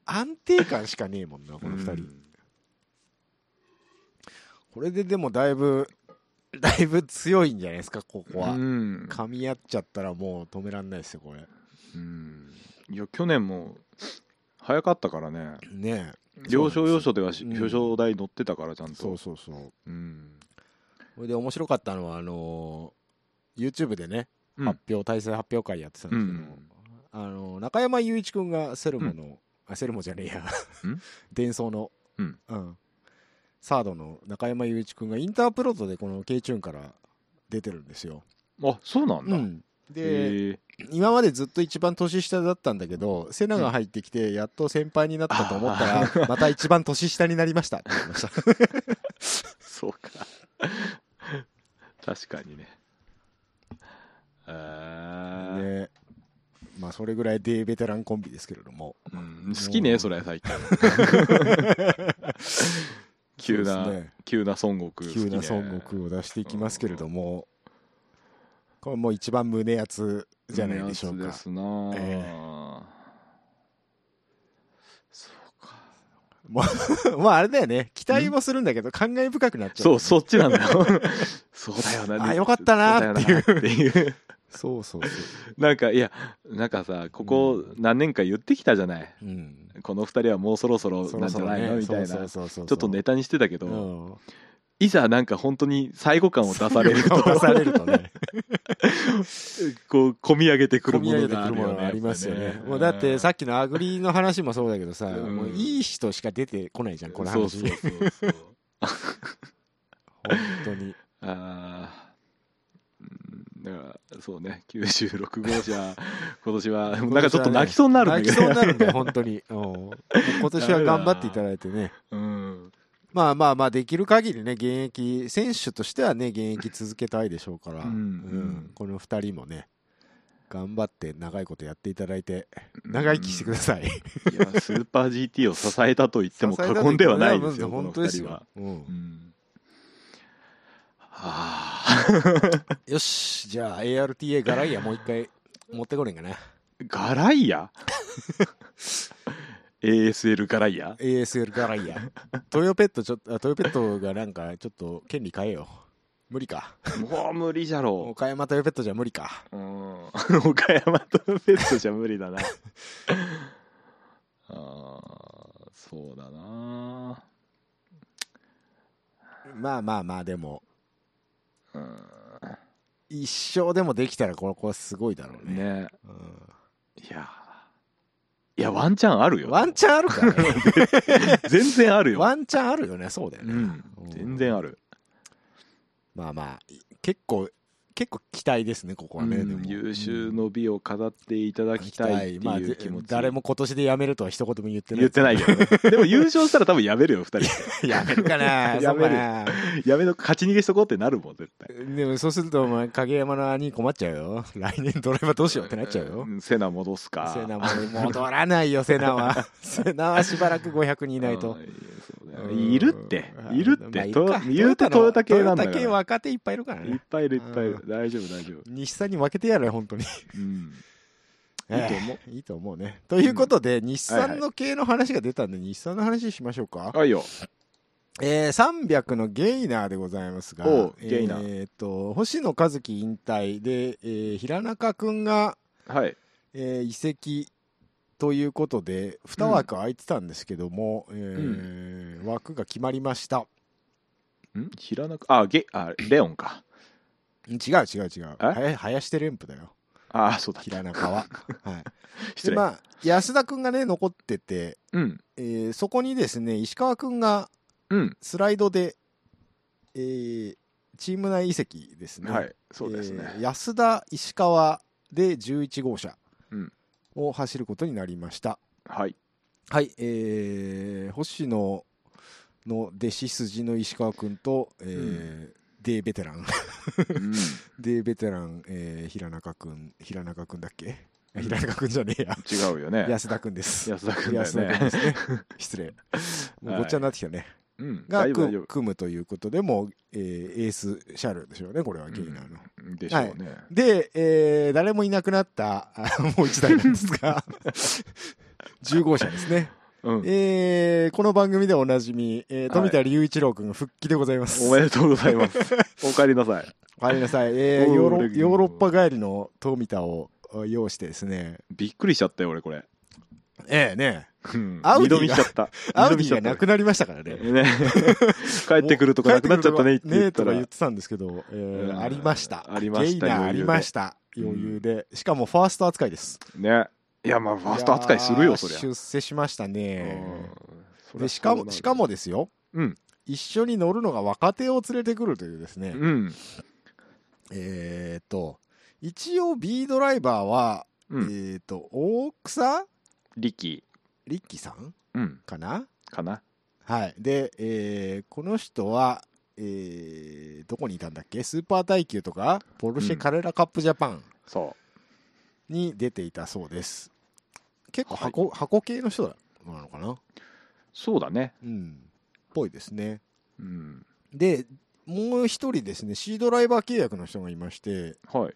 Speaker 1: 安定感しかねえもんなこの2人、これででもだいぶだいぶ強いんじゃないですかここは、
Speaker 2: うん
Speaker 1: 噛み合っちゃったらもう止めらんないですよこれ
Speaker 2: うんいや去年も早かったからね
Speaker 1: ねえ
Speaker 2: 要所要所では
Speaker 1: う
Speaker 2: し
Speaker 1: ん
Speaker 2: 表彰台乗ってたからちゃん
Speaker 1: そ
Speaker 2: と
Speaker 1: うそうそう
Speaker 2: うん
Speaker 1: それで面白かったのはあのー YouTube でね、
Speaker 2: うん
Speaker 1: 発表対戦発表会やってたんですけど、
Speaker 2: うん
Speaker 1: あのー中山雄一君がセルモの、あセルモじゃねえや
Speaker 2: うん
Speaker 1: 伝送の、
Speaker 2: うん
Speaker 1: サードの中山雄一君がインタープロートでこの K チューンから出てるんですよ、
Speaker 2: あそうなんだ、
Speaker 1: うんで
Speaker 2: へえ
Speaker 1: 今までずっと一番年下だったんだけどセナが入ってきてやっと先輩になったと思ったら、 また一番年下になりま したって言いました
Speaker 2: そうか 確かにねえー
Speaker 1: でまあそれぐらいデーベテランコンビですけれども
Speaker 2: うん好きねそれ最近 急な、
Speaker 1: そうですね
Speaker 2: 急な孫悟空好き
Speaker 1: 急な
Speaker 2: ね
Speaker 1: 孫悟空を出していきますけれども、これもう一番胸熱じゃないでしょう
Speaker 2: 胸
Speaker 1: か
Speaker 2: 熱で。すなあ、
Speaker 1: え
Speaker 2: そうか
Speaker 1: まあ、 まああれだよね。期待もするんだけど、感慨深くなっちゃう。
Speaker 2: そう、そっちなんだよ。 そうだよな。
Speaker 1: あよかったなっていう
Speaker 2: そうだよなっていう。
Speaker 1: そうそうそう。
Speaker 2: なんか、いや、なんかさ、ここ何年か言ってきたじゃない。
Speaker 1: うん。
Speaker 2: この二人はもうそろそろなんじゃないのみたいな。ちょ
Speaker 1: ょっ
Speaker 2: っとネタにしてたけ
Speaker 1: う
Speaker 2: ど、
Speaker 1: ん、
Speaker 2: いざなんか本当に最後感を出されると、
Speaker 1: 出されるとね、
Speaker 2: こう、込み上げてくる
Speaker 1: 込み
Speaker 2: も
Speaker 1: 上げ
Speaker 2: の
Speaker 1: て
Speaker 2: が
Speaker 1: く
Speaker 2: あ
Speaker 1: る
Speaker 2: る
Speaker 1: も
Speaker 2: よ
Speaker 1: の
Speaker 2: ね。
Speaker 1: がありますよ
Speaker 2: や
Speaker 1: ね
Speaker 2: ぱ。り
Speaker 1: もうだってさっきのアグリの話もそうだけどさ、
Speaker 2: うん
Speaker 1: もういい人しか出てこないじゃん、この話。
Speaker 2: そうそうそうそう
Speaker 1: 本当に。
Speaker 2: あーうんだからそうね96号車今 年は
Speaker 1: 年はね
Speaker 2: なんかちょっと泣きそうになるんだ
Speaker 1: 泣き
Speaker 2: けど
Speaker 1: そうになるんだよ、本当に。うんもう今年は頑張っていただいてね。
Speaker 2: うん
Speaker 1: まあまあまあ、できる限りね、現役、選手としてはね、現役続けたいでしょうから、
Speaker 2: うんうん
Speaker 1: この2人もね、頑張って長いことやっていただいて、長生きしてください。
Speaker 2: いやスーパー GT を支えたと言っても過言ではないですよこ
Speaker 1: 本
Speaker 2: の
Speaker 1: 当
Speaker 2: 二
Speaker 1: です
Speaker 2: 人
Speaker 1: よ
Speaker 2: は、。
Speaker 1: うん
Speaker 2: うん、あー
Speaker 1: よし、じゃあ ARTA ガライアもう一回持ってこねんかな。
Speaker 2: ガライア ASL ガライア
Speaker 1: ASL ガライ ア。トヨペットちょっと、あトヨペットがなんかちょっと権利変えよう。無理か。
Speaker 2: もう無理じゃろ
Speaker 1: 岡山トヨペットじゃ無理か。
Speaker 2: う、うん、岡山とペットじゃ無理だ なあーそうだな
Speaker 1: まあまあまあ、でも、
Speaker 2: うん
Speaker 1: 一生でもできたらこの子はすごいだろうね。
Speaker 2: ね
Speaker 1: うん
Speaker 2: いやいやワンチャンあるよ
Speaker 1: ワンチャンあるから ね。
Speaker 2: 全然あるよ
Speaker 1: ワンチャンあるよね、そうだよ
Speaker 2: う
Speaker 1: ね。
Speaker 2: ん全然ある
Speaker 1: まあまあ、結構、結構期待ですね、ここはね。
Speaker 2: う
Speaker 1: で
Speaker 2: ん
Speaker 1: も
Speaker 2: 優秀の美を飾っていただきたいっていう気持ち、
Speaker 1: 誰も今年でやめるとは一言も言ってない。
Speaker 2: 言ってないけどねでも優勝したら多分やめるよ2人
Speaker 1: やめるかな
Speaker 2: やめる
Speaker 1: そうか
Speaker 2: やめの勝ち逃げしとこうってなるもん絶対
Speaker 1: なでもそうすると、お前、影山の兄困っちゃうよ。 来年ドライバーどうしようってなっちゃうよ。
Speaker 2: んセナ戻すか
Speaker 1: セナも戻らないよ、セナ は。セナはしばらく500にいないと
Speaker 2: あ。ーいやそうだよいるっているって、と言うてト
Speaker 1: ト
Speaker 2: ヨ
Speaker 1: ヨ
Speaker 2: タ
Speaker 1: タ
Speaker 2: 系
Speaker 1: 系
Speaker 2: なんだ
Speaker 1: トヨタ系
Speaker 2: から
Speaker 1: 若手いっぱいいるから
Speaker 2: いっ
Speaker 1: ね。
Speaker 2: ぱいいるいっぱいいる
Speaker 1: う
Speaker 2: 大丈夫大丈夫
Speaker 1: 西さんに負けてやれ、本当に。
Speaker 2: うんいいと
Speaker 1: え
Speaker 2: 思う
Speaker 1: えいいと思うね。ということで、日
Speaker 2: はいはい
Speaker 1: 産の系の話が出たんで、日産の話しましょうか。
Speaker 2: あいいよ
Speaker 1: えー、300のゲイナーでございますが、
Speaker 2: おうゲイナー
Speaker 1: えーっと、星野和樹引退で、えー平中くんが、
Speaker 2: はい
Speaker 1: えー移籍ということで、2枠空いてたんですけども、えー枠が決まりました。
Speaker 2: ん平中あゲあレオンか
Speaker 1: 違う違う違う。
Speaker 2: え
Speaker 1: はや林テレンプだよ、
Speaker 2: あそうだ
Speaker 1: 平中 は。はい、
Speaker 2: 失
Speaker 1: で、
Speaker 2: 礼、
Speaker 1: まあ、安田くんがね、残ってて、
Speaker 2: うん
Speaker 1: えーそこにですね、石川くんが
Speaker 2: うん
Speaker 1: スライドで、えーチーム内移籍ですね。
Speaker 2: はいそうですね、
Speaker 1: えー安田石川で11号車
Speaker 2: うん
Speaker 1: を走ることになりました、
Speaker 2: はい
Speaker 1: はい、えー星野の弟子筋の石川君と、えー
Speaker 2: うん
Speaker 1: デーベテラン
Speaker 2: うん
Speaker 1: デーベテラン、えー平中君平中君だっけ
Speaker 2: うん
Speaker 1: 平中君じゃねえや
Speaker 2: 違うよね
Speaker 1: 安田君です
Speaker 2: 安田君だよ
Speaker 1: 安田君
Speaker 2: ね
Speaker 1: で。すね 失礼もうごっちゃになってきたね、
Speaker 2: うん、
Speaker 1: が
Speaker 2: 大丈夫大丈
Speaker 1: 組組むということでもう、えーエース車両でしょうねこれはゲイナーの、
Speaker 2: 夫。でしょうね。
Speaker 1: で、えー誰もいなくなった、 あもう一台なんですが、10号車ですね。
Speaker 2: うん。
Speaker 1: えーこの番組でおなじみ、えー富田隆一郎君復帰でございます。
Speaker 2: おめでとうございます。お帰りなさい。
Speaker 1: お帰りなさい。えー
Speaker 2: おー
Speaker 1: ヨーロ
Speaker 2: 俺
Speaker 1: ヨーロッパ帰りの富田をあ擁してですね、
Speaker 2: びっくりしちゃったよ、俺、これ。
Speaker 1: ええね、
Speaker 2: うん
Speaker 1: アウ
Speaker 2: 二
Speaker 1: ディが
Speaker 2: 度見しちゃった。
Speaker 1: アウデ
Speaker 2: 二度見
Speaker 1: ィ
Speaker 2: しちゃ
Speaker 1: が
Speaker 2: った
Speaker 1: なくなりましたからね。
Speaker 2: ね。帰ってくるとかなくなっちゃったねって言
Speaker 1: ね
Speaker 2: っ
Speaker 1: え
Speaker 2: た
Speaker 1: とから言っ。てたんですけど、えー
Speaker 2: うん
Speaker 1: ありました。
Speaker 2: ありました
Speaker 1: ゲイナーあ
Speaker 2: 余裕で
Speaker 1: りました。余裕で。しかもファースト扱いです。
Speaker 2: ね。いや、まあ、ファースト扱いする
Speaker 1: いや
Speaker 2: よ、
Speaker 1: ー
Speaker 2: そりゃ。
Speaker 1: 出世しましたね。
Speaker 2: うんそりゃ
Speaker 1: でしか
Speaker 2: そう
Speaker 1: も
Speaker 2: なる
Speaker 1: しかもですよ、
Speaker 2: うん
Speaker 1: 一緒に乗るのが若手を連れてくるというですね、
Speaker 2: うん。
Speaker 1: えーっと一応 B ドライバーは、
Speaker 2: う
Speaker 1: え
Speaker 2: ん。
Speaker 1: ーっと大草
Speaker 2: 力。
Speaker 1: リッキーさん
Speaker 2: うん。
Speaker 1: かな
Speaker 2: かな。
Speaker 1: はいで、えーこの人は、えーどこにいたんだっけスーパー耐久とかポルシェ
Speaker 2: うん
Speaker 1: カレラカップジャパン
Speaker 2: そ
Speaker 1: に出ていたそうです、結構
Speaker 2: はい
Speaker 1: 箱,、箱系の人なのかな
Speaker 2: う。そうだね。
Speaker 1: うんぽいですね
Speaker 2: うん。
Speaker 1: でもう一人ですね C ドライバー契約の人がいまして
Speaker 2: はい。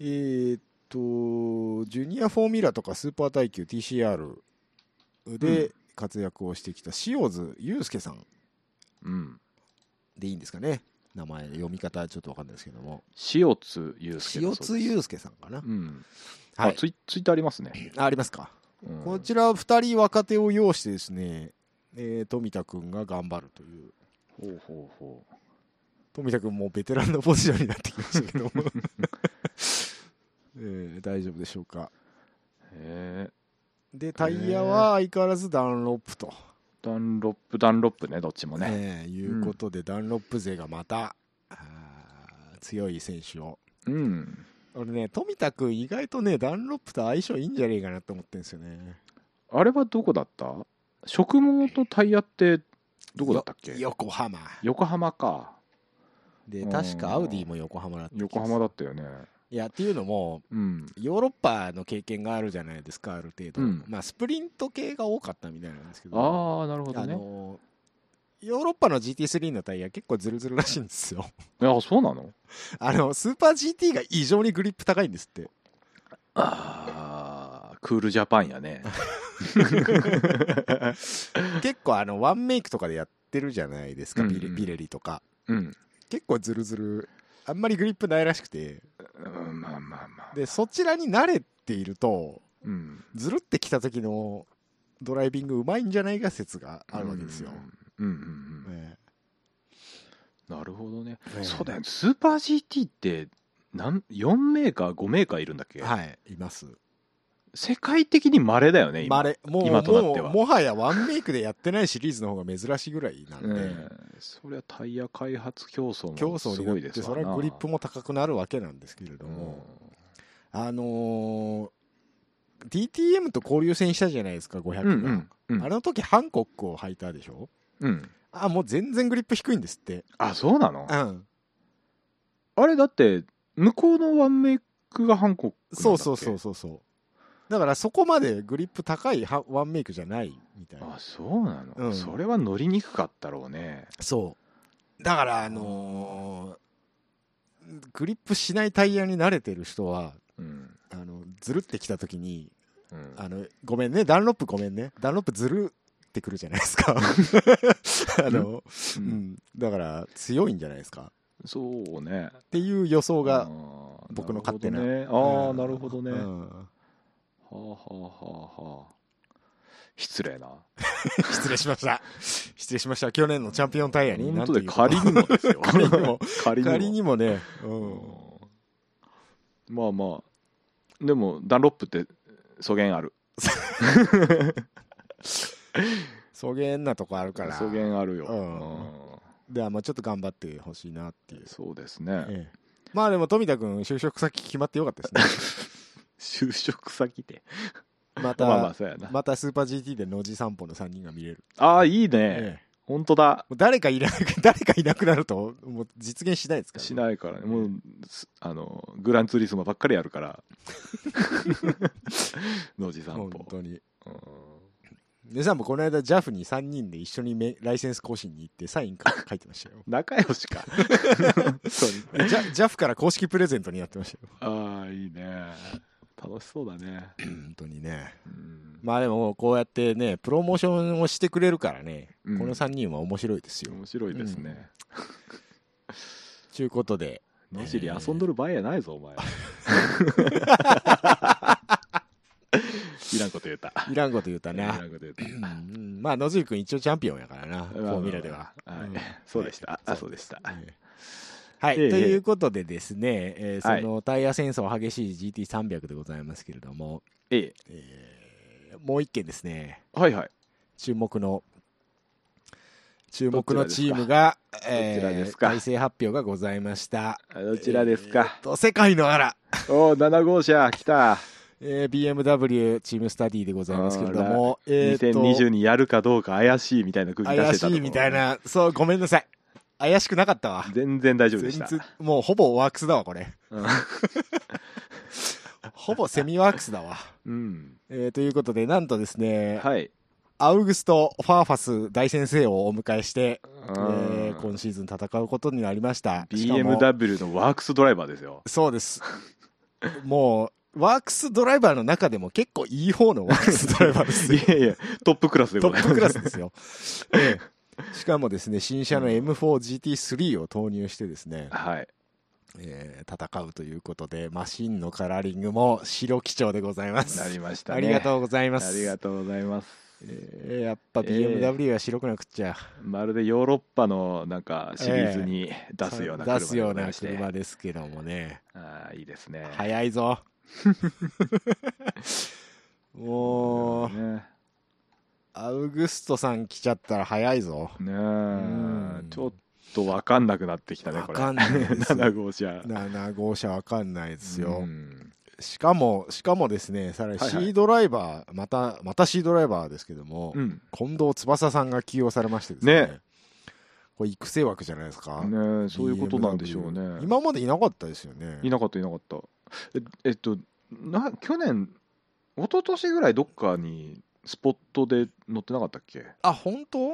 Speaker 1: えーっとジュニアフォーミュラとかスーパー耐久 TCR で活躍をしてきた塩津祐介さん
Speaker 2: うん
Speaker 1: でいいんですかね名前読み方はちょっと分かんないですけども
Speaker 2: 塩津祐介だ
Speaker 1: 塩
Speaker 2: そう
Speaker 1: 津
Speaker 2: です
Speaker 1: 祐介さんかな、
Speaker 2: うん
Speaker 1: は
Speaker 2: あ
Speaker 1: い
Speaker 2: ツイツイッターありますね
Speaker 1: あありますか
Speaker 2: うん
Speaker 1: こちら2人若手を擁してですね、えー富田君が頑張るという
Speaker 2: ほうほうほう
Speaker 1: 富田君もうベテランのポジションになってきました けども、えー大丈夫でしょうか
Speaker 2: へえ
Speaker 1: でタイヤは相変わらずダンロップと、
Speaker 2: ダンロップダンロップねどっちもね
Speaker 1: えーいうことで、ダンロップ勢がまたあー強い選手を
Speaker 2: うん
Speaker 1: 俺ね富田君意外とねダンロップと相性いいんじゃねえかなと思ってるんですよね
Speaker 2: あれはどこだった植毛とタイヤってどこだったっけ
Speaker 1: よ横浜
Speaker 2: 横浜か
Speaker 1: で
Speaker 2: うん
Speaker 1: 確かアウディも横浜だった気がす
Speaker 2: 横
Speaker 1: る
Speaker 2: 浜だったよね
Speaker 1: いやっていうのも
Speaker 2: うん
Speaker 1: ヨーロッパの経験があるじゃないですかある程度、
Speaker 2: うん
Speaker 1: まあスプリント系が多かったみたいなんですけど
Speaker 2: ああなるほど
Speaker 1: あ
Speaker 2: ね
Speaker 1: のヨーロッパの GT3 のタイヤ結構ズルズルらしいんですよ
Speaker 2: あそうなの
Speaker 1: あのスーパー GT が異常にグリップ高いんですって
Speaker 2: ああクールジャパンやね
Speaker 1: 結構あのワンメイクとかでやってるじゃないですか、ビレ
Speaker 2: うんうん
Speaker 1: ビレリとか
Speaker 2: うん
Speaker 1: 結構ズルズルあんまりグリップないらしくて
Speaker 2: うんまあまあまあ
Speaker 1: でそちらに慣れていると
Speaker 2: うん
Speaker 1: ズルってきた時のドライビングうまいんじゃないか説があるわけですよ、
Speaker 2: うんうんうんうん
Speaker 1: え
Speaker 2: なるほどね
Speaker 1: え
Speaker 2: そうだよねスーパー GT ってなん4メーカー5メーカーいるんだっけ
Speaker 1: はいいます
Speaker 2: 世界的に稀だよね今
Speaker 1: まれもう
Speaker 2: 今となっては
Speaker 1: もうもはやワンメイクでやってないシリーズの方が珍しいぐらいなんで、
Speaker 2: うんそりゃタイヤ開発競争
Speaker 1: 競
Speaker 2: もす
Speaker 1: 争に
Speaker 2: ごい
Speaker 1: な
Speaker 2: で
Speaker 1: って
Speaker 2: す
Speaker 1: そ
Speaker 2: わ
Speaker 1: れ
Speaker 2: な
Speaker 1: はグリップも高くなるわけなんですけれども、あのー DTM と交流戦したじゃないですか500
Speaker 2: う
Speaker 1: が、
Speaker 2: んうんうん
Speaker 1: あの時ハンコックを履いたでしょ
Speaker 2: うん
Speaker 1: あもう全然グリップ低いんですって
Speaker 2: あそうなの
Speaker 1: うん
Speaker 2: あれだって向こうのワンメイクがハンコックなんだっけ
Speaker 1: そうそうそうそうそうだからそこまでグリップ高いハワンメイクじゃないみたいな
Speaker 2: あそうなの、
Speaker 1: うん
Speaker 2: それは乗りにくかったろうね
Speaker 1: そうだからあのーグリップしないタイヤに慣れてる人は
Speaker 2: うん
Speaker 1: あのずるってきた時に
Speaker 2: うん
Speaker 1: あのごめんねダンロップごめんねダンロップずるってくるじゃないです かあの、う
Speaker 2: う
Speaker 1: ん
Speaker 2: ん
Speaker 1: だから強いんじゃないですか
Speaker 2: そうね
Speaker 1: っていう予想
Speaker 2: あ
Speaker 1: が
Speaker 2: ー
Speaker 1: 僕の勝手な
Speaker 2: るほどねああ
Speaker 1: うん
Speaker 2: なるほどね、
Speaker 1: うん
Speaker 2: はあはあはあはあ失礼な
Speaker 1: 失礼しました失礼しました去年のチャンピオンタイヤに
Speaker 2: 本
Speaker 1: なん
Speaker 2: 当
Speaker 1: て
Speaker 2: で
Speaker 1: いうか
Speaker 2: 仮にもですよ
Speaker 1: 仮にも
Speaker 2: 仮にも
Speaker 1: 仮にもね、う
Speaker 2: うん
Speaker 1: ん、
Speaker 2: まあまあでもダンロップって素原ある
Speaker 1: そげんなとこあるから
Speaker 2: 素原あるよ、
Speaker 1: うん
Speaker 2: うん
Speaker 1: ではまあちょっと頑張ってほしいなっていう、
Speaker 2: そうですね、
Speaker 1: ええまあでも富田君就職先決まってよかった ですね
Speaker 2: 就職先で
Speaker 1: また
Speaker 2: まあまあそうやな、
Speaker 1: またスーパー GT で野地散歩の3人が見れる、
Speaker 2: ああいいね、
Speaker 1: ええ
Speaker 2: 本当だ
Speaker 1: もう誰かいなく 誰かいなくなるともう実現しないですからね、
Speaker 2: しないからねもうすあのグランツーリスモばっかりやるから 野地散
Speaker 1: 本
Speaker 2: 歩
Speaker 1: 当に
Speaker 2: うん
Speaker 1: でさんもこの間 JAF に3人で一緒にめライセンス更新に行ってサインか書いてましたよ
Speaker 2: 仲良しか本当に
Speaker 1: ジャ JAF から公式プレゼントになってましたよ
Speaker 2: ああいいね楽しそうだね、
Speaker 1: 本当にね
Speaker 2: うん
Speaker 1: まあでもこうやってねプロモーションをしてくれるからね、
Speaker 2: うん
Speaker 1: この3人は面白いですよ
Speaker 2: 面白いですね、
Speaker 1: ちゅうことで
Speaker 2: 野尻遊んどる場合やないぞお前いらんこと言うた
Speaker 1: いらんこと言うた
Speaker 2: いら
Speaker 1: なん
Speaker 2: こと言うた
Speaker 1: うんまあ野尻君一応チャンピオンやからなフォーミュラでは、
Speaker 2: まあまあまあ
Speaker 1: うん
Speaker 2: はいそうでしたあそうでした
Speaker 1: ええはい、
Speaker 2: ええ
Speaker 1: ということでですね、えー
Speaker 2: はい
Speaker 1: そのタイヤ戦争激しい GT300 でございますけれども、
Speaker 2: え
Speaker 1: えーもう一件ですね
Speaker 2: えはいはい
Speaker 1: 注目の注目の
Speaker 2: どちらで
Speaker 1: チーム
Speaker 2: すか
Speaker 1: が
Speaker 2: どちらですか
Speaker 1: 体制発表がございました
Speaker 2: あどちらですか
Speaker 1: えー、と世界のあら、
Speaker 2: おお7号車来た
Speaker 1: えー BMW チームスタディでございますけれども、えーと
Speaker 2: 2020にやるかどうか怪しいみたいな空気出し
Speaker 1: 怪
Speaker 2: てた
Speaker 1: し
Speaker 2: とこ
Speaker 1: いみたいなそうごめんなさい怪しくなかったわ
Speaker 2: 全然大丈夫でした
Speaker 1: 全然もうほぼワークスだわこれ
Speaker 2: うん
Speaker 1: ほぼセミワークスだわ。
Speaker 2: うん
Speaker 1: えーということで、なんとですね、
Speaker 2: はい
Speaker 1: アウグスト・ファーファス大先生をお迎えして、
Speaker 2: うん
Speaker 1: えー今シーズン戦うことになりました。しかも
Speaker 2: BMW のワークスドライバーですよ
Speaker 1: そうです。もう、ワークスドライバーの中でも結構いい方のワークスドライバーですよ。
Speaker 2: いやいや、トップクラスで
Speaker 1: ト
Speaker 2: ござい
Speaker 1: ッ
Speaker 2: ます。
Speaker 1: プクラスですよ。ええしかもですね、新車の M4GT3 を投入してですね、
Speaker 2: はい。
Speaker 1: えー戦うということで、マシンのカラーリングも白基調でございます。
Speaker 2: なりました
Speaker 1: あ
Speaker 2: ね。
Speaker 1: りがとうございま
Speaker 2: あ
Speaker 1: す。
Speaker 2: りがとうございます。
Speaker 1: えーやっぱ BMW は白くなくっちゃ、
Speaker 2: まるでヨーロッパのなんかシリーズに出すような車
Speaker 1: 出すよう
Speaker 2: でござい
Speaker 1: な
Speaker 2: まして
Speaker 1: 車ですけどもね、
Speaker 2: ああいいですね。
Speaker 1: 早い ぞ。もう、
Speaker 2: ね
Speaker 1: アウグストさん来ちゃったら早いぞ。
Speaker 2: ね
Speaker 1: うん
Speaker 2: ちょっとわかんなくなってきたねこれ。
Speaker 1: わかんない です
Speaker 2: 7号車。
Speaker 1: 7号車わかんないですよ、
Speaker 2: うん
Speaker 1: しかもしかもですねさらに
Speaker 2: はいはい
Speaker 1: C ドライバー、またまた C ドライバーですけども、
Speaker 2: うん。
Speaker 1: 近藤翼さんが起用されましてですね
Speaker 2: ね
Speaker 1: これ育成枠じゃないですか、
Speaker 2: ねそういうことなんでしょうね
Speaker 1: BMW。今までいなかったですよね
Speaker 2: いなかったいなかった。ええっとな去年一昨年ぐらいどっかにスポットで乗ってなかったっけ？
Speaker 1: あ本当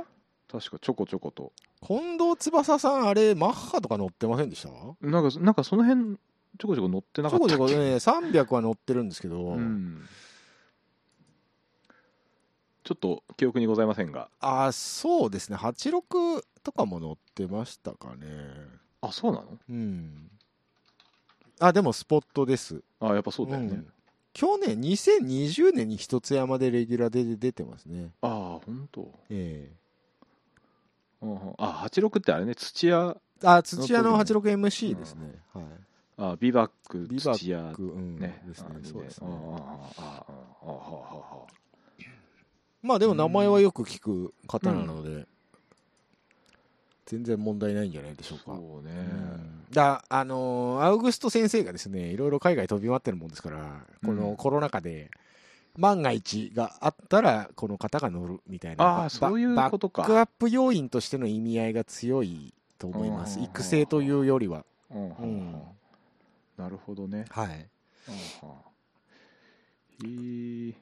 Speaker 2: 確かちょこちょこと。
Speaker 1: 近藤翼さんあれマッハとか乗ってませんでした
Speaker 2: なんかなんかその辺ちょこちょこ乗ってな
Speaker 1: ち
Speaker 2: か
Speaker 1: ょ
Speaker 2: った
Speaker 1: こ
Speaker 2: っけ
Speaker 1: ちょこね300は乗ってるんですけど、
Speaker 2: うんちょっと記憶にございませんが
Speaker 1: あそうですね86とかも乗ってましたかね
Speaker 2: あそうなの
Speaker 1: うんあでもスポットです
Speaker 2: あやっぱそうだよね、
Speaker 1: うん去年2020年に一つ山でレギュラーで出てますね
Speaker 2: ああ本当。
Speaker 1: え
Speaker 2: うんうんあ86ってあれね土屋
Speaker 1: えあ土屋の 86MC ですね、はい
Speaker 2: あビバック
Speaker 1: ビバック
Speaker 2: 土屋
Speaker 1: うん
Speaker 2: ね
Speaker 1: ですね
Speaker 2: あ
Speaker 1: そうですね
Speaker 2: あああああああああ
Speaker 1: まあでも名前はよく聞く方なので、全然問題ないんじゃないでしょうか
Speaker 2: そうね、
Speaker 1: うんだあのーアウグスト先生がですねいろいろ海外飛び回ってるもんですからこ
Speaker 2: うん
Speaker 1: のコロナ禍で万が一があったらこの方が乗るみたいな
Speaker 2: ああ
Speaker 1: ば
Speaker 2: そういう
Speaker 1: ば
Speaker 2: こと
Speaker 1: バックアッ
Speaker 2: か
Speaker 1: プ要因としての意味合いが強いと思います
Speaker 2: うん
Speaker 1: 育成というよりは
Speaker 2: うんうんうん
Speaker 1: うん
Speaker 2: なるほどね、
Speaker 1: はい
Speaker 2: うんうんへ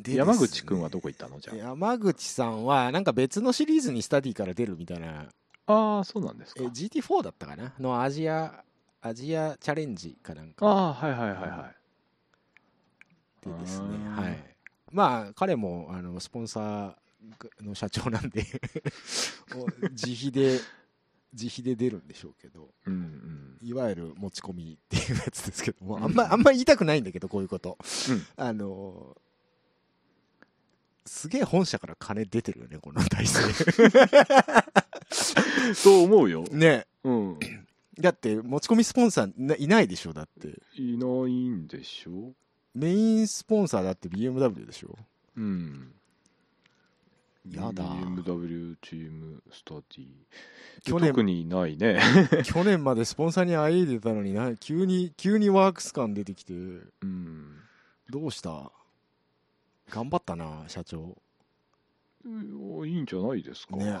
Speaker 1: で
Speaker 2: え山口君は
Speaker 1: です
Speaker 2: どこ行ったのじゃ
Speaker 1: ね山口さんはなんか別のシリーズにスタディから出るみたいな
Speaker 2: あああそうなんです
Speaker 1: え
Speaker 2: か
Speaker 1: GT4 だったかなのアジアアジアチャレンジかなんか
Speaker 2: ああはいはいはいはい
Speaker 1: でですね
Speaker 2: あー
Speaker 1: はいまあ彼もあのスポンサーの社長 なんでお自費で自費で出るんでしょうけど
Speaker 2: うんうん
Speaker 1: いわゆる持ち込みっていうやつですけども
Speaker 2: うん
Speaker 1: あんまあんま言いたくないんだけどこういうこと、
Speaker 2: うん
Speaker 1: あのすげえ本社から金出てるよねこの体制
Speaker 2: そう思うよ。
Speaker 1: ね
Speaker 2: うん。
Speaker 1: だって持ち込みスポンサーないないでしょだって
Speaker 2: いないんでしょ
Speaker 1: メインスポンサーだって BMW でしょ
Speaker 2: うん。
Speaker 1: やだ
Speaker 2: BMW チームスタディ。
Speaker 1: 去年
Speaker 2: 特にないね。
Speaker 1: 去年までスポンサーにあいでたのにな急に急にワークス感出てきて
Speaker 2: うん。
Speaker 1: どうした頑張ったな社長
Speaker 2: いいんじゃないですか。
Speaker 1: ね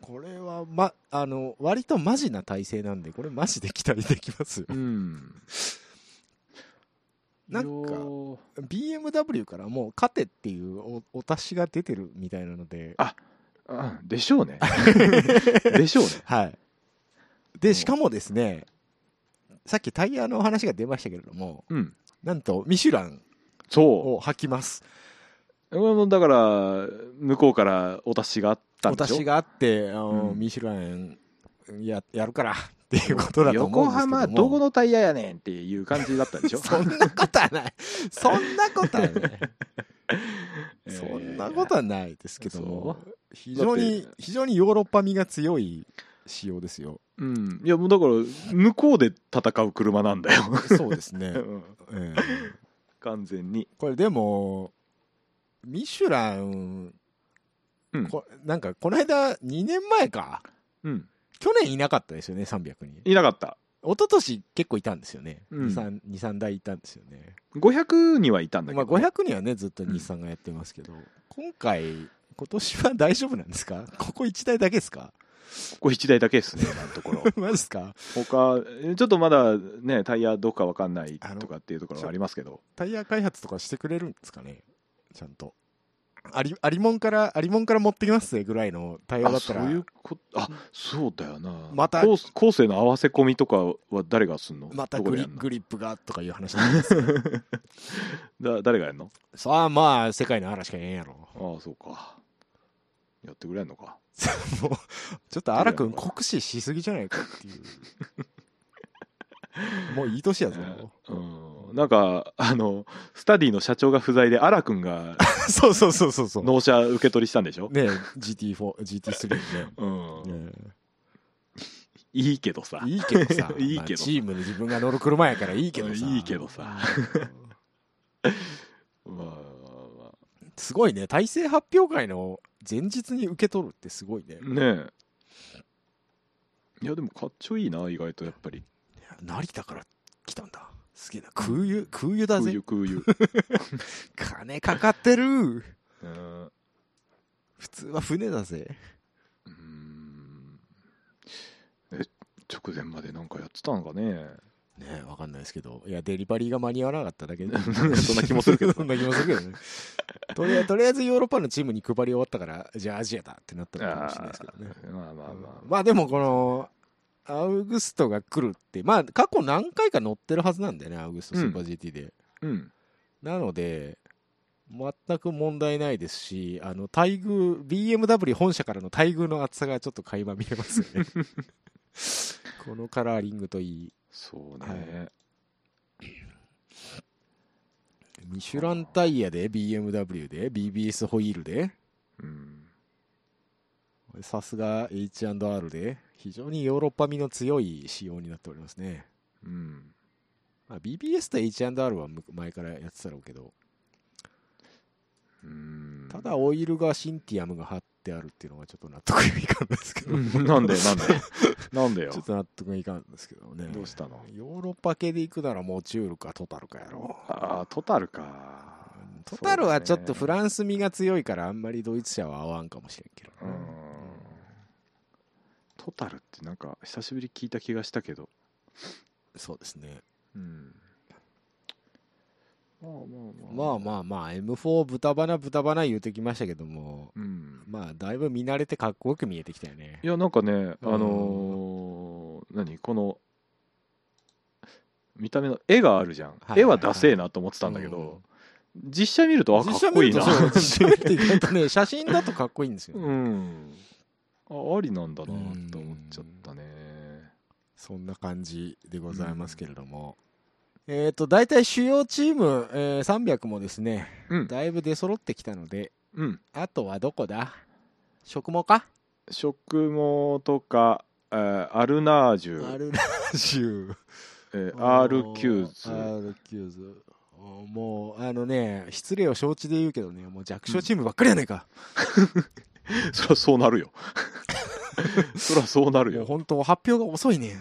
Speaker 1: これはまあの割とマジな体制なんでこれマジで期待できますよ
Speaker 2: うん。
Speaker 1: なんか
Speaker 2: いやー
Speaker 1: BMW からもう勝てっていうおお達しが出てるみたいなので
Speaker 2: ああで しょうね。でしょうね。
Speaker 1: はいでしかもですねさっきタイヤのお話が出ましたけれども
Speaker 2: うん。
Speaker 1: なんとミシュラン
Speaker 2: そ
Speaker 1: を履きます
Speaker 2: う。うんだから、向こうからお達しがあったん
Speaker 1: お
Speaker 2: でしょ
Speaker 1: 達しがあってあの、
Speaker 2: うん
Speaker 1: ミシュランややるからっていうことだと思うんです
Speaker 2: 横
Speaker 1: けども
Speaker 2: 浜、どこのタイヤやねんっていう感じだったんでしょ
Speaker 1: そんなことはないそんなこと はないそんなことはないですけども
Speaker 2: そ
Speaker 1: 非常に
Speaker 2: だっ
Speaker 1: 非常にヨーロッパ味が強い仕様ですよ
Speaker 2: うん、いやもうだから向こうで戦う車なんだよ、
Speaker 1: そうですね、
Speaker 2: うん
Speaker 1: ええ
Speaker 2: 完全に
Speaker 1: これでもミシュラン、
Speaker 2: うん
Speaker 1: こなんかこの間2年前か
Speaker 2: うん
Speaker 1: 去年いなかったですよね300に
Speaker 2: いなかった
Speaker 1: 一昨年結構いたんですよね、
Speaker 2: うん
Speaker 1: 23台いたんですよね
Speaker 2: 500にはいたんだけ
Speaker 1: ま
Speaker 2: ど、
Speaker 1: あ、500にはねずっと日産がやってますけど、今回今年は大丈夫なんですか ここ1台だけですか
Speaker 2: ここ1台だけですね今のところ
Speaker 1: マジですか
Speaker 2: 他えちょっとまだねタイヤどっかわかんないとかっていうところはありますけど
Speaker 1: タイヤ開発とかしてくれるんですかねちゃんとありありもんからありもんから持ってきますねぐらいの対応だ
Speaker 2: あ
Speaker 1: った
Speaker 2: そ
Speaker 1: ら
Speaker 2: ういうことあそうだよな
Speaker 1: また
Speaker 2: 後後世の合わせ込みとかは誰がすんの
Speaker 1: また
Speaker 2: どこ
Speaker 1: グ
Speaker 2: で
Speaker 1: リ
Speaker 2: やんの
Speaker 1: グリップがとかいう話なんですよ
Speaker 2: だ誰がやんの
Speaker 1: さあまあ世界の嵐しかええんやろ
Speaker 2: ああそうかやってくれんのか
Speaker 1: もうちょっと荒くん酷使しすぎじゃないかっていう もういい年やぞも
Speaker 2: うんなんかあのスタディの社長が不在で荒くんが
Speaker 1: う そうそうそうそうそうね
Speaker 2: 納車受け取りしたんでしょ、
Speaker 1: え GT4GT3 ね
Speaker 2: うん、
Speaker 1: ね
Speaker 2: いいけどさ
Speaker 1: えいいけどさ
Speaker 2: いいけ
Speaker 1: ま
Speaker 2: ど
Speaker 1: あチームに自分が乗る車やからいいけどさ
Speaker 2: いいけどさまあまあます
Speaker 1: ごいね体制発表会の前日に受け取るってすごいね
Speaker 2: あねえいやでもかっちょいいな意外とやっぱり
Speaker 1: 成田から来たんだすげえな空輸空輸だ
Speaker 2: 空
Speaker 1: ぜ
Speaker 2: 輸空 輸
Speaker 1: 金かかってる
Speaker 2: うん
Speaker 1: 普通は船だぜ
Speaker 2: うーんえ直前までなんかやってたのかね
Speaker 1: ねわかんないですけどいやデリバリーが間に合わなかっただけで
Speaker 2: そんな気もするけど
Speaker 1: そんな気もするけどねとりあえずとりあえずヨーロッパのチームに配り終わったからじゃあアジアだってなったのかもしれないですけどね
Speaker 2: まあまあまあ、
Speaker 1: うんまあでもこのアウグストが来るってまあ過去何回か乗ってるはずなんだよねアウグストスーパー GT で、
Speaker 2: うん
Speaker 1: なので全く問題ないですしあの待遇 BMW 本社からの待遇の厚さがちょっと垣間見えますよね このカラーリングといい
Speaker 2: そうね、
Speaker 1: はミシュランタイヤで BMW で BBS ホイールで
Speaker 2: うん
Speaker 1: さすが H&R で非常にヨーロッパ味の強い仕様になっておりますね、
Speaker 2: うん
Speaker 1: まあ、BBS と H&R はむ前からやってたろうけど
Speaker 2: うん
Speaker 1: ただオイルがシンティアムが貼ってあるっていうのがちょっと納得いかんですけど
Speaker 2: うん なんで なんでなんでよ
Speaker 1: ちょっと納得いかんですけどね
Speaker 2: どうしたの
Speaker 1: ヨーロッパ系で行くならもうチュールかトタルかやろ
Speaker 2: ああトタルか
Speaker 1: トタルはちょっとフ
Speaker 2: ン
Speaker 1: ランス味が強いからあんまりドイツ車は合わんかもしれんけど
Speaker 2: う
Speaker 1: な、
Speaker 2: んトタルってなんか久しぶり聞いた気がしたけど
Speaker 1: そうですね
Speaker 2: うんまあまあ
Speaker 1: まあまあまあ M4 豚バナ豚バナ言うてきましたけども
Speaker 2: うん
Speaker 1: まあだいぶ見慣れてかっこよく見えてきたよね
Speaker 2: いやなんかねあのー何この見た目の絵があるじゃん、
Speaker 1: はいはいはい
Speaker 2: 絵はダセえなと思ってたんだけど、実写見るとあかっこいいな
Speaker 1: 実写見るとそう実写見ると意外とね写真だとかっこいいんですよ、ね
Speaker 2: うんあありなんだなと思っちゃったね
Speaker 1: そんな感じでございますけれども、えっ、と大体主要チーム、えー300もですね
Speaker 2: うん
Speaker 1: だいぶ出揃ってきたので
Speaker 2: うん
Speaker 1: あとはどこだ食毛か
Speaker 2: 植毛とかえーアルナージュ、
Speaker 1: ルナーシュ
Speaker 2: えー、R キューズ
Speaker 1: R キューズもうあのね失礼を承知で言うけどねもう弱小チームばっかりやないか、
Speaker 2: そりゃそうな るよそりゃそうなる
Speaker 1: もう
Speaker 2: よ、
Speaker 1: 本当発表が遅いね、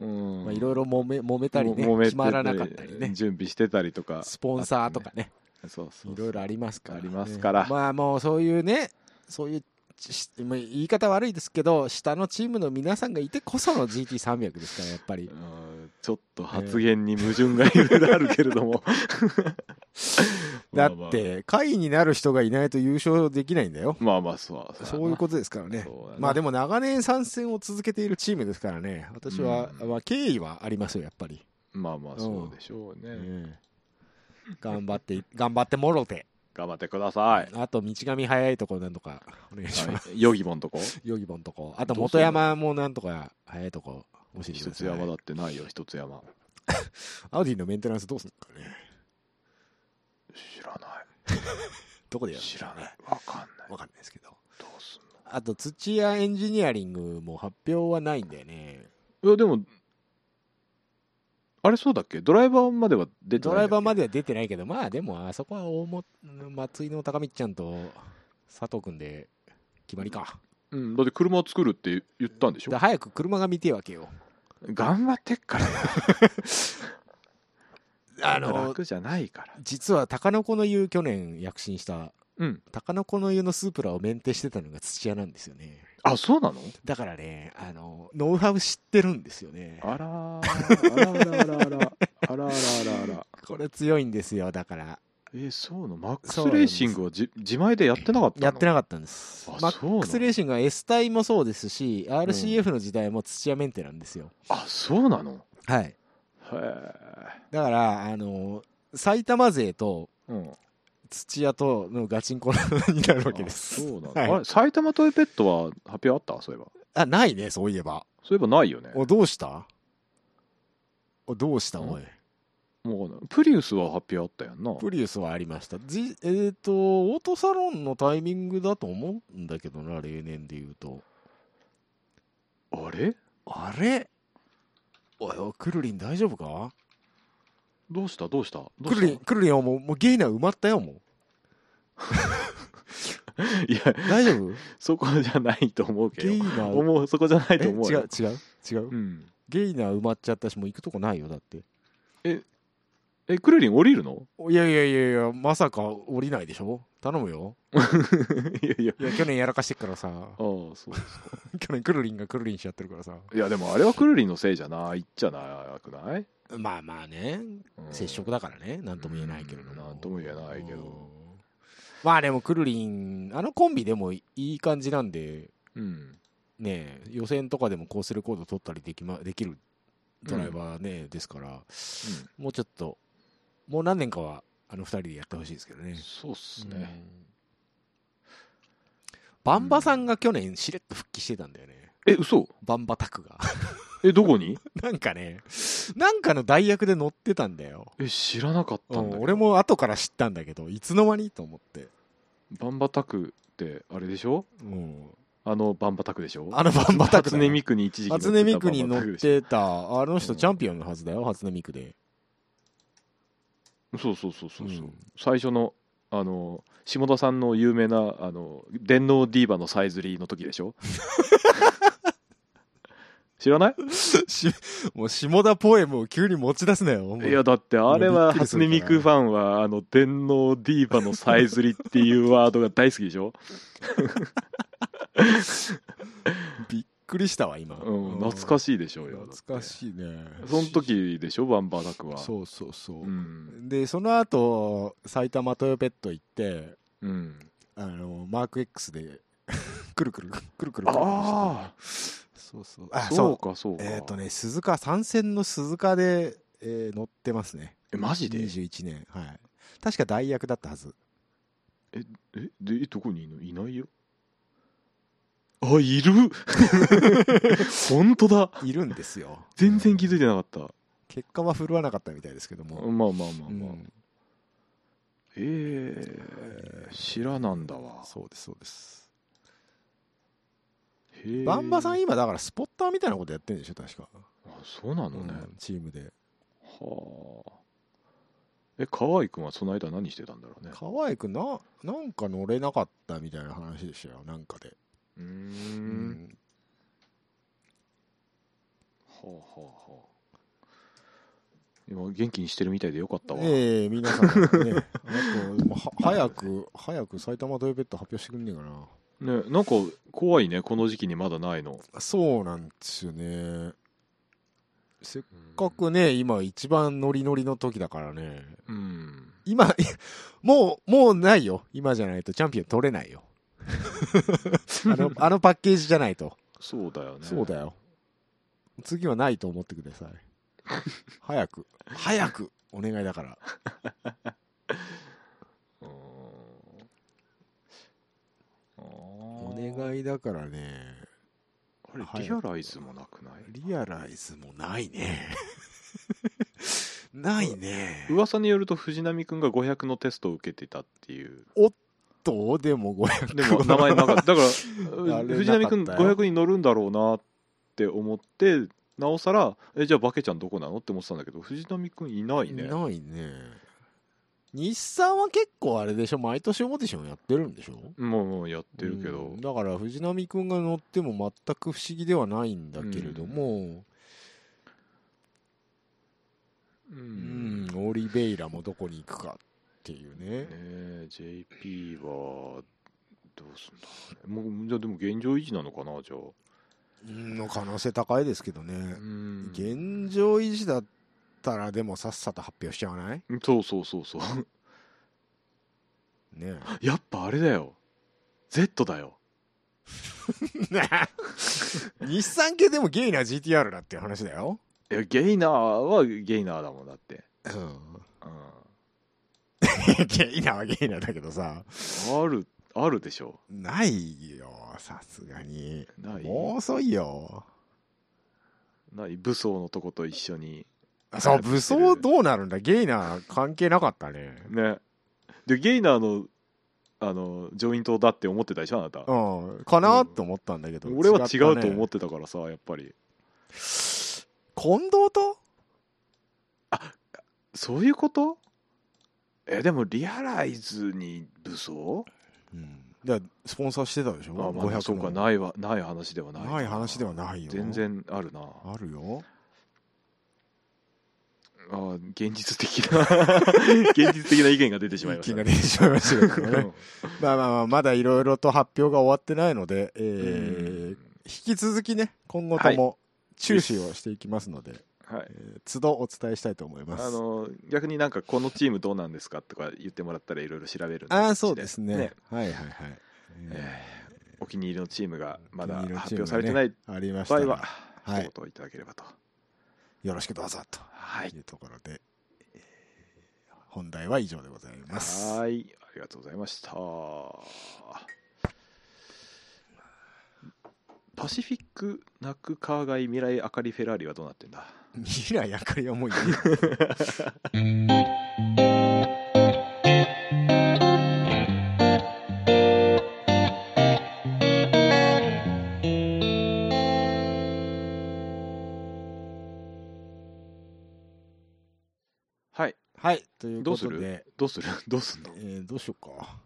Speaker 2: うん
Speaker 1: まあいろいろ揉め揉めたりね
Speaker 2: も揉めて
Speaker 1: 決まらなかったりね
Speaker 2: 準備してたりとか
Speaker 1: スポンサーとかね
Speaker 2: そうそうそう
Speaker 1: いろいろありますから、ね、
Speaker 2: ありますから
Speaker 1: まあもうそういうねそういうしまあ言い方悪いですけど下のチームの皆さんがいてこその GT300 ですからやっぱ り
Speaker 2: うんちょっと発言に矛盾がいろいろあるけれども
Speaker 1: だって下位になる人がいないと優勝できないんだよ
Speaker 2: まあまあそう
Speaker 1: そういうことですから
Speaker 2: と
Speaker 1: ねまあでも長年参戦を続けているチームですからね私は、
Speaker 2: うん
Speaker 1: まあ、敬意はありますよやっぱり、
Speaker 2: まあまあそうでしょうね、
Speaker 1: ええ頑張って頑張ってもろて、
Speaker 2: 頑張ってください、
Speaker 1: あと道上早いとこなんとかお願いします、
Speaker 2: はい、ヨギボンとこ
Speaker 1: ヨギボンとこあと元山もなんとか早いとこ教えてく
Speaker 2: 一
Speaker 1: ださ
Speaker 2: つ
Speaker 1: い
Speaker 2: 山だってないよ一つ山
Speaker 1: アウディのメンテナンスどうすんのかね
Speaker 2: 知らな
Speaker 1: どこで
Speaker 2: い
Speaker 1: やる
Speaker 2: 知らないわかんない
Speaker 1: わかんないですけど
Speaker 2: どうすん
Speaker 1: あと土屋エンジニアリングも発表はないんだよね
Speaker 2: のいやでもあれそうだっけドライバーまでは出て
Speaker 1: ド
Speaker 2: ない
Speaker 1: ライバーま
Speaker 2: で
Speaker 1: では出てないけどまあでもあそこは大も松井の高道ちゃんと佐藤君で決まりか
Speaker 2: うんだって車を作るって言ったんでしょ
Speaker 1: だ早く車が見てえわけよ
Speaker 2: 頑張ってっからよ
Speaker 1: あの
Speaker 2: 楽じゃないから
Speaker 1: 実は高野子の湯去年躍進した
Speaker 2: うん
Speaker 1: 高野子の湯のスープラをメンテしてたのが土屋なんですよね
Speaker 2: あそうなの
Speaker 1: だからねあのノウハウ知ってるんですよね
Speaker 2: あらーあらあらあらあらあらあらあらあら
Speaker 1: これ強いんですよだから
Speaker 2: えーそうなのマックス
Speaker 1: そうなん
Speaker 2: レ
Speaker 1: で
Speaker 2: ー
Speaker 1: す
Speaker 2: シングはじ自前でやってなかったの
Speaker 1: やってなかったんです
Speaker 2: あ
Speaker 1: マ
Speaker 2: そうなの
Speaker 1: ックスレーシングは S 帯もそうですし RCF の時代も土屋メンテなんですよ、
Speaker 2: あそうなの
Speaker 1: はい
Speaker 2: へえ
Speaker 1: だからあの埼玉勢と
Speaker 2: うん、
Speaker 1: 土屋とのガチンコになるわけで
Speaker 2: あ
Speaker 1: す
Speaker 2: そうなの、
Speaker 1: はい
Speaker 2: あれ埼玉トイペットは発表あったそういえば
Speaker 1: あないねそういえば
Speaker 2: そういえばないよね
Speaker 1: おどうしたおどうした
Speaker 2: うん
Speaker 1: おい
Speaker 2: もうわかんないプリウスは発表あったやんな
Speaker 1: プリウスはありましたじえっ、とオートサロンのタイミングだと思うんだけどな例年で言うと
Speaker 2: あれ
Speaker 1: あれおいおいクルリン大丈夫か
Speaker 2: どうしたどうしたどう
Speaker 1: クル
Speaker 2: した
Speaker 1: リンクルリンはもうもうゲイナー埋まったよもう
Speaker 2: いや
Speaker 1: 大 丈夫
Speaker 2: そこじゃないと思うけ
Speaker 1: ゲイ
Speaker 2: ど
Speaker 1: ナー
Speaker 2: 思うそこじゃない
Speaker 1: え
Speaker 2: と
Speaker 1: 違
Speaker 2: 思うよ
Speaker 1: う違う違う、
Speaker 2: うん、
Speaker 1: ゲイナー埋まっちゃったしもう行くとこないよだって
Speaker 2: えクルリン降りるの
Speaker 1: いやいやいやいやまさか降りないでしょ頼むよ
Speaker 2: いやいや
Speaker 1: いや去年やらかしてっからさ
Speaker 2: ああそうですか
Speaker 1: 去年クルリンがクルリンしちゃってるからさ
Speaker 2: いやでもあれはクルリンのせいじゃないじゃなくない、
Speaker 1: まあまあね
Speaker 2: うん
Speaker 1: 接触だからね何とも言えないけれども
Speaker 2: うんなんとも言えないけど
Speaker 1: うんまあでもクルリンあのコンビでもいい感じなんで
Speaker 2: うん
Speaker 1: ね予選とかでもコースレコード取ったりでき,、ま、できるドライバーね、ですからもうちょっともう何年かはあの2人でやってほしいですけどね
Speaker 2: そうっす
Speaker 1: うん
Speaker 2: ね、
Speaker 1: バンバさんが去年しれっと復帰してたんだよね
Speaker 2: え嘘
Speaker 1: バンバタクが
Speaker 2: えどこに
Speaker 1: なんかねなんかの代役で乗ってたんだよ
Speaker 2: え知らなかったんだけ
Speaker 1: う
Speaker 2: ど
Speaker 1: ん俺も後から知ったんだけどいつの間にと思って、
Speaker 2: バンバタクってあれでしょ
Speaker 1: うん、
Speaker 2: あのバンバタクでしょ
Speaker 1: あのバンバタク
Speaker 2: 初音ミクに一時期乗って
Speaker 1: 初
Speaker 2: た
Speaker 1: 音ミクに乗
Speaker 2: バンバタク
Speaker 1: っ
Speaker 2: でし
Speaker 1: て
Speaker 2: ょ
Speaker 1: たあの人
Speaker 2: うん
Speaker 1: チャンピオンのはずだよ初音ミクで
Speaker 2: そうそうそうそうそう、
Speaker 1: うん
Speaker 2: 最初のあの下田さんの有名なあの電脳ディーバのさえずりの時で しょ知らない
Speaker 1: し もう下田ポエムを急に持ち出すなよもう
Speaker 2: いやだってあれは
Speaker 1: びっくりす
Speaker 2: 初
Speaker 1: る
Speaker 2: 音
Speaker 1: から
Speaker 2: ミクファンはあの電脳ディーバのさえずりっていうワードが大好きでしょ、
Speaker 1: びっくりしたわ今、
Speaker 2: うん、懐か
Speaker 1: し
Speaker 2: しいでしょうよだって
Speaker 1: 懐かしいね
Speaker 2: その時でしょバンバーダクは
Speaker 1: そうそうそう、
Speaker 2: うん
Speaker 1: でその後埼玉トヨペット行って
Speaker 2: うん
Speaker 1: あのマーク X で くるくるくるくるくる
Speaker 2: ああ
Speaker 1: そうそうあそう
Speaker 2: そうかそうか
Speaker 1: えっ、とね鈴鹿参戦の鈴鹿で、えー乗ってますね
Speaker 2: えマジで
Speaker 1: 21年はい確か代役だったはず
Speaker 2: えでどこにいるのいないよあ いる本当だ
Speaker 1: いるんですよ
Speaker 2: 全然気
Speaker 1: い
Speaker 2: づいてなかった、
Speaker 1: 結果は振るわなかったみたいですけども、
Speaker 2: まあまあまあまあ、
Speaker 1: うん
Speaker 2: ええ知らなんだわ
Speaker 1: そうですそうです
Speaker 2: へー
Speaker 1: バンバさん今だからスポッターみたいなことやってるんでしょ確か、
Speaker 2: あそうなのね、
Speaker 1: うんチームで
Speaker 2: はあえ河合君はその間何してたんだろうね
Speaker 1: 河合くんななんか乗れなかったみたいな話でしたよなんかで、
Speaker 2: う
Speaker 1: う
Speaker 2: ー
Speaker 1: んん
Speaker 2: はあはあはあ今元気にしてるみたいでよかったわ、
Speaker 1: ええ皆さんねあともうは早く早く埼玉トヨペット発表してくんねえかな
Speaker 2: ねなんか怖いねこの時期にまだないの
Speaker 1: そうなんですよね。せっ
Speaker 2: せっ
Speaker 1: かくね、今一番ノリノリの時だからね。
Speaker 2: うん
Speaker 1: 今、 もう、もうないよ。今じゃないとチャンピオン取れないよ。 あの、あのパッケージじゃないと。
Speaker 2: そうだよね
Speaker 1: そうだよ。次はないと思ってく ださい。早く、早く、お願いだから。
Speaker 2: うーんあー
Speaker 1: お願いだからね。
Speaker 2: あれ
Speaker 1: はい
Speaker 2: リアライズもなくない
Speaker 1: リアライズもない ね。ないね。
Speaker 2: 噂によると藤波君が500のテストを受けてたっていう
Speaker 1: どうでも500
Speaker 2: でも名前なかっただから
Speaker 1: あれ
Speaker 2: 藤波君
Speaker 1: なかったよ
Speaker 2: 500に乗るんだろうなって思ってなおさらえじゃあバケちゃんどこなのって思ってたんだけど藤波君いないね
Speaker 1: ないね日産は結構あれでしょ毎年オーディションやってるんでしょ
Speaker 2: もうもうやってるけど、
Speaker 1: うんだから藤波君が乗っても全く不思議ではないんだけれども
Speaker 2: う
Speaker 1: うんん、オリベイラもどこに行くかっていうね
Speaker 2: ねえ JP はどうすんだろうねもうじゃあでも現状維持なのかなじゃあ
Speaker 1: うんの可能性高いですけどね
Speaker 2: う、ん
Speaker 1: 現状維持だったらでもさっさと発表しちゃわない
Speaker 2: そうそうそうそう
Speaker 1: ね
Speaker 2: やっぱあれだよ Z だよ
Speaker 1: え日産系でもゲイな GTR だっていう話だよ、
Speaker 2: いやゲイナーはゲイナーだもんだって、うん、
Speaker 1: ゲイなはゲイなだけどさ
Speaker 2: あるあるでしょ
Speaker 1: ないよさすがに
Speaker 2: ない
Speaker 1: もう遅いよ
Speaker 2: ない武装のとこと一緒に
Speaker 1: あそう武装どうなるんだゲイな関係なかったね
Speaker 2: ねでゲイナーのあの上院党だって思ってたでしょあなた
Speaker 1: うんかなと思ったんだけど、
Speaker 2: 俺は違うと思
Speaker 1: っ
Speaker 2: っててたからさやっぱり
Speaker 1: 近藤と
Speaker 2: そういうことえでもリアライズに武装
Speaker 1: うんだからスポンサーしてたでしょ、
Speaker 2: あまあそうか
Speaker 1: ない
Speaker 2: ないはない話ではない
Speaker 1: ない話ではないよ
Speaker 2: 全然あるな
Speaker 1: あるよ
Speaker 2: あー現実的 な現実的な意見が出てしまいまし
Speaker 1: 気
Speaker 2: た
Speaker 1: が
Speaker 2: ね
Speaker 1: 出てしまいましたけど
Speaker 2: う
Speaker 1: ね
Speaker 2: ん
Speaker 1: まあまあまあまだいろいろと発表が終わってないので、えー
Speaker 2: うん
Speaker 1: 引き続きね今後とも注視をしていきますので、
Speaker 2: はい
Speaker 1: えー都度お伝えしたいと思います
Speaker 2: あの逆になんかこのチームどうなんですかとか言ってもらったらいろいろ調べるん
Speaker 1: ああそうですね
Speaker 2: ね
Speaker 1: はいはいはい、
Speaker 2: えーお気に入りのチームがまだ
Speaker 1: お気に入りの
Speaker 2: 発
Speaker 1: チームがね
Speaker 2: 表されてない
Speaker 1: ありました
Speaker 2: 場合
Speaker 1: ら
Speaker 2: は
Speaker 1: はい
Speaker 2: ご答えいただければと
Speaker 1: よろしくどうぞと
Speaker 2: はい
Speaker 1: いうところで、えー本題は以上でございます
Speaker 2: はーい、ありがとうございました。パシフィックナックカーガイ未来明かりフェラーリはどうなってんだ
Speaker 1: 未来明かりはもういいよ
Speaker 2: はい、
Speaker 1: はいという
Speaker 2: ど
Speaker 1: こ
Speaker 2: うす
Speaker 1: と
Speaker 2: る
Speaker 1: で
Speaker 2: どうする どうすんの
Speaker 1: えーどうしようか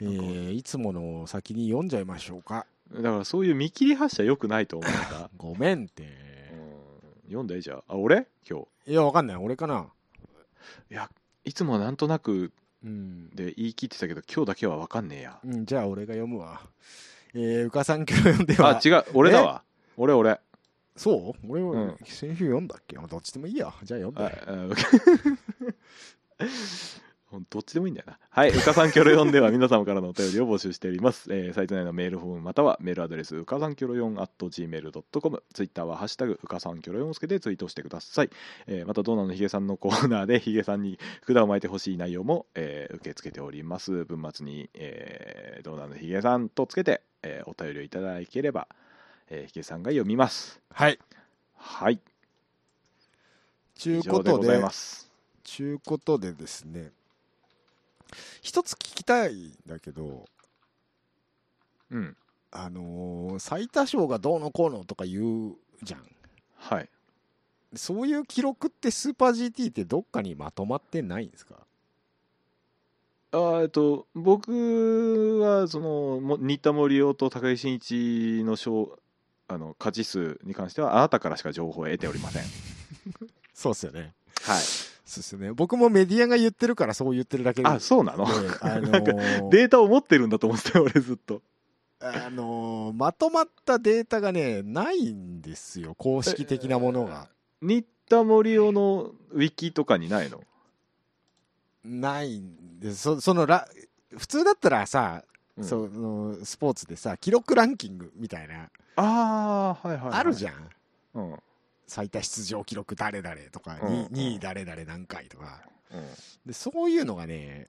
Speaker 1: えーいつものを先に読んじゃいましょうか。
Speaker 2: だからそういう見切り発車よくないと思うんだ
Speaker 1: ごめんって
Speaker 2: うん読んだいいじゃん。あ、俺今日。
Speaker 1: いやわかんない俺かない
Speaker 2: や、いつもなんとなく
Speaker 1: うん
Speaker 2: で言い切ってたけど、今日だけは分かんねえや。
Speaker 1: うん、じゃあ俺が読むわ。えー、うかさん今日読んでは。
Speaker 2: あ、違う、俺だわ。俺、俺。
Speaker 1: そう俺
Speaker 2: う
Speaker 1: は
Speaker 2: ん
Speaker 1: 先週読んだっけ、どっちでもいいや。じゃあ読ん
Speaker 2: あ
Speaker 1: だ。
Speaker 2: あ どっちでもいいんだよな。はい、うかさんきょろよんでは皆様からのお便りを募集しております。えーサイト内のメールフォームまたはメールアドレスうかさんきょろよん at gmail.com、ツイッターはハッシュタグうかさんきょろよんをつけてツイートしてください。えーまた、ドーナのひげさんのコーナーでひげさんに管を巻いてほしい内容も、えー受け付けております。文末に、えー、ドーナのひげさんとつけて、えーお便りをいただければ、えーひげさんが読みます。
Speaker 1: はい。
Speaker 2: はい、
Speaker 1: ちゅ
Speaker 2: 以
Speaker 1: う
Speaker 2: 上
Speaker 1: こ
Speaker 2: で
Speaker 1: と
Speaker 2: ござい
Speaker 1: で
Speaker 2: ま、す。
Speaker 1: ちゅうことでですね、一つ聞きたいんだけど、
Speaker 2: うん、
Speaker 1: あのー最多勝がどうのこうのとか言うじゃん。
Speaker 2: はい。
Speaker 1: そういう記録ってスーパー GT ってどっかにまとまってないんですか
Speaker 2: あーえっと、僕はそのも新田森夫と高木真一の勝あの勝ち数に関してはあなたからしか情報を得ておりません。
Speaker 1: そうっすよね。
Speaker 2: はい、
Speaker 1: そうっすよね。僕もメディアが言ってるからそう言ってるだけで
Speaker 2: あそう なの、
Speaker 1: であのー
Speaker 2: なんかデータを持ってるんだと思ってたよ俺ずっと。
Speaker 1: あのーまとまったデータがねないんですよ公式的なものが、
Speaker 2: 新田森夫のウィキとかにないの、
Speaker 1: ないんですそそのラ普通だったらさ、
Speaker 2: うん
Speaker 1: そのスポーツでさ記録ランキングみたいな、
Speaker 2: ああはいはい、はい、
Speaker 1: あるじ
Speaker 2: ゃ
Speaker 1: ゃん
Speaker 2: ん。うんうん
Speaker 1: 最多出場記録誰々とか、
Speaker 2: うん
Speaker 1: に2位誰々何回とかでそういうのがね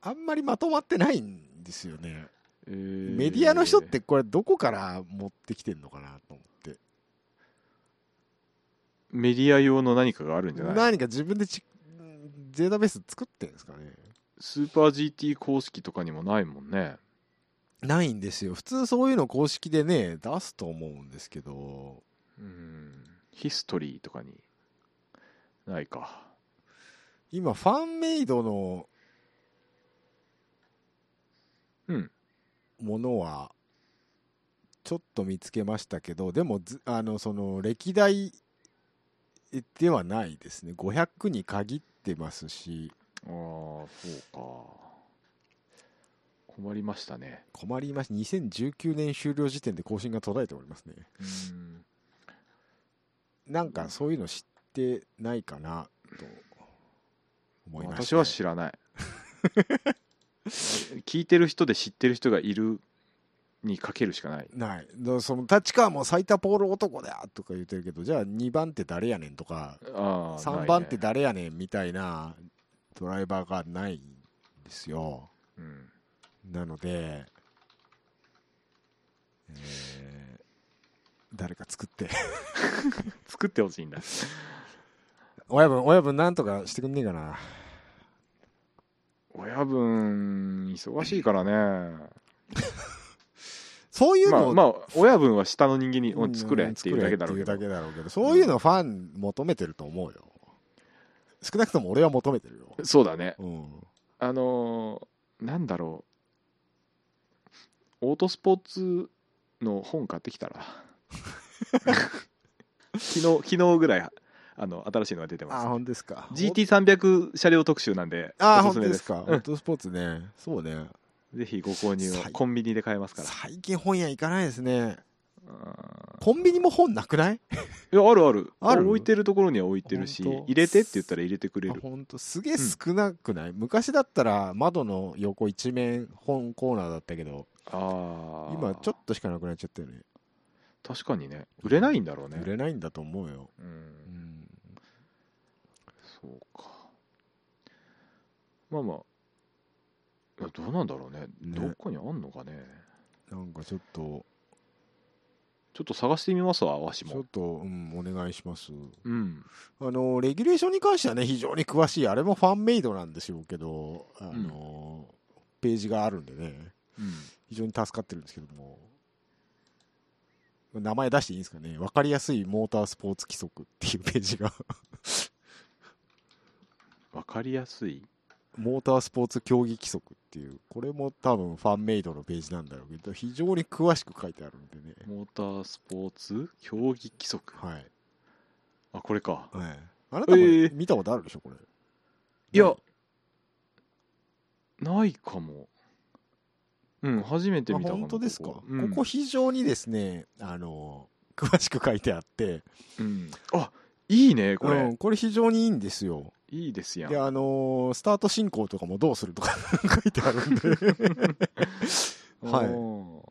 Speaker 1: あんまりまとまってないんですよね、
Speaker 2: えー
Speaker 1: メディアの人ってこれどこから持ってきてんのかなと思って
Speaker 2: メディア用の何かがあるんじゃない
Speaker 1: 何か自分でちデータベース作ってんですかね
Speaker 2: スーパー GT 公式とかにもないもんね。
Speaker 1: ないんですよ普通そういうの公式でね出すと思うんですけど
Speaker 2: うんヒストリーとかにないか
Speaker 1: 今ファンメイドの
Speaker 2: うん
Speaker 1: ものはちょっと見つけましたけどでもずあのその歴代ではないですね500に限ってますし
Speaker 2: ああそうか困りましたね
Speaker 1: 困りました2019年終了時点で更新が途絶えておりますね
Speaker 2: うん
Speaker 1: なんかそういうの知ってないかなと思いました
Speaker 2: 私は知らない 聞いてる人で知ってる人がいるにかけるしかない
Speaker 1: ないだからその立川も最多ポール男だとか言ってるけどじゃあ2番って誰やねんとか
Speaker 2: ああ
Speaker 1: 3番って
Speaker 2: だ、
Speaker 1: 誰やねんみたいなドライバーがないんですよ
Speaker 2: うん
Speaker 1: なので、えー誰か作って
Speaker 2: 作ってほしいんだ
Speaker 1: 親分親分なんとかしてくんねえかな
Speaker 2: 親分忙しいからね
Speaker 1: そういう
Speaker 2: ま
Speaker 1: の
Speaker 2: あ
Speaker 1: を
Speaker 2: まあ親分は下の人間に
Speaker 1: う
Speaker 2: おい
Speaker 1: ん
Speaker 2: 作れっていうだけだろうけ
Speaker 1: 作れって
Speaker 2: ど
Speaker 1: いうだけだろうけどそういうのファン求めてると思うよ少なくとも俺は求めてるよ、
Speaker 2: そうだね
Speaker 1: うん、
Speaker 2: あのーなんだろうオートスポーツの本買ってきたら 昨日昨日ぐらいあの新しいのが出て
Speaker 1: あ
Speaker 2: ます
Speaker 1: 本当ですか
Speaker 2: GT300 車両特集なんで
Speaker 1: ああ、
Speaker 2: お
Speaker 1: 本
Speaker 2: すす
Speaker 1: 当
Speaker 2: め
Speaker 1: で
Speaker 2: ですす
Speaker 1: か。
Speaker 2: う
Speaker 1: ホ
Speaker 2: ん
Speaker 1: ットスポーツね。そうね。
Speaker 2: ぜひご購入
Speaker 1: 最
Speaker 2: をコンビニで買えますから
Speaker 1: 最近本屋行かないですね。
Speaker 2: うん
Speaker 1: コンビニも本なくない
Speaker 2: いやあるある
Speaker 1: ある
Speaker 2: 置いてるところには置いてるし
Speaker 1: あ本当
Speaker 2: 入れてって言ったら入れてくれ
Speaker 1: あ
Speaker 2: る
Speaker 1: ほんと、すげえ少なくない、昔だったら窓の横一面本コーナーだったけど、
Speaker 2: ああ
Speaker 1: 今ちょっとしかなくなっちゃったよね。
Speaker 2: 確かにね売れないんだろうね
Speaker 1: 売れないんだと思うよ。
Speaker 2: う
Speaker 1: うんん。
Speaker 2: そうかまあまあいやどうなんだろうね
Speaker 1: ね
Speaker 2: どっかにあんのかね
Speaker 1: なんかちょっと、
Speaker 2: ちょっと探してみますわわし
Speaker 1: ちょっ
Speaker 2: も
Speaker 1: と、うん、お願いします。
Speaker 2: うん
Speaker 1: あの、レギュレーションに関してはね、非常に詳しい。あれもファンメイドなんでしょうけど、あの、ページがあるんでね。
Speaker 2: うん
Speaker 1: 非常に助かってるんですけども名前出していいんですかね分かりやすいモータースポーツ規則っていうページが
Speaker 2: わかりやすい
Speaker 1: モータースポーツ競技規則っていうこれも多分ファンメイドのページなんだろうけど非常に詳しく書いてあるんでね
Speaker 2: モータースポーツ競技規則
Speaker 1: はい、
Speaker 2: あこれか
Speaker 1: はい、あなたも
Speaker 2: えー
Speaker 1: 見たことあるでしょこれ
Speaker 2: いやないかもうん初めて
Speaker 1: あ
Speaker 2: 見たかも
Speaker 1: 本当ですかこ
Speaker 2: こ
Speaker 1: こ,、
Speaker 2: うん
Speaker 1: 非常にですねあの詳しく書いてあって
Speaker 2: うんあいいねこれ、
Speaker 1: うん、これ非常にいいんですよ
Speaker 2: いいですやん
Speaker 1: であのースタート進行とかもどうするとか 書いてあるん ではい
Speaker 2: い。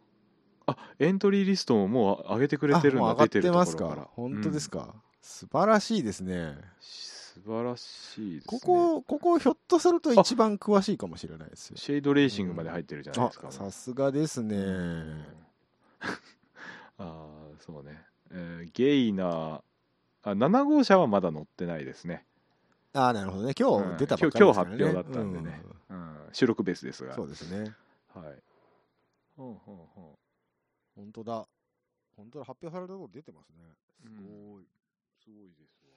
Speaker 2: あ、エントリーリストももう上げてくれてる
Speaker 1: あも
Speaker 2: の
Speaker 1: う上が
Speaker 2: が
Speaker 1: っ
Speaker 2: 出て
Speaker 1: て
Speaker 2: るとこ
Speaker 1: ま
Speaker 2: ろ
Speaker 1: す
Speaker 2: か。
Speaker 1: から本当です
Speaker 2: か、
Speaker 1: か、素晴らしいですね
Speaker 2: 素晴らしいです、
Speaker 1: こ
Speaker 2: ね。
Speaker 1: こここひょっとすると一番詳しいかもしれないですよ
Speaker 2: シェードレーシングまで入ってるじゃない
Speaker 1: あ
Speaker 2: ですか。
Speaker 1: さすがですね、
Speaker 2: あーそうね。えーゲイナー。あ7号車はまだ乗ってないですね、
Speaker 1: ああなるほどね今
Speaker 2: うん
Speaker 1: 日出たばっかりですから、ね
Speaker 2: 今日今日発表だったんでね、うん、収録ベースです
Speaker 1: うん
Speaker 2: が
Speaker 1: そうですね
Speaker 2: はいほうほうほ
Speaker 1: 本当だ本当だ発表されたとこ出てますね
Speaker 2: ううん
Speaker 1: すごい
Speaker 2: すごいですわ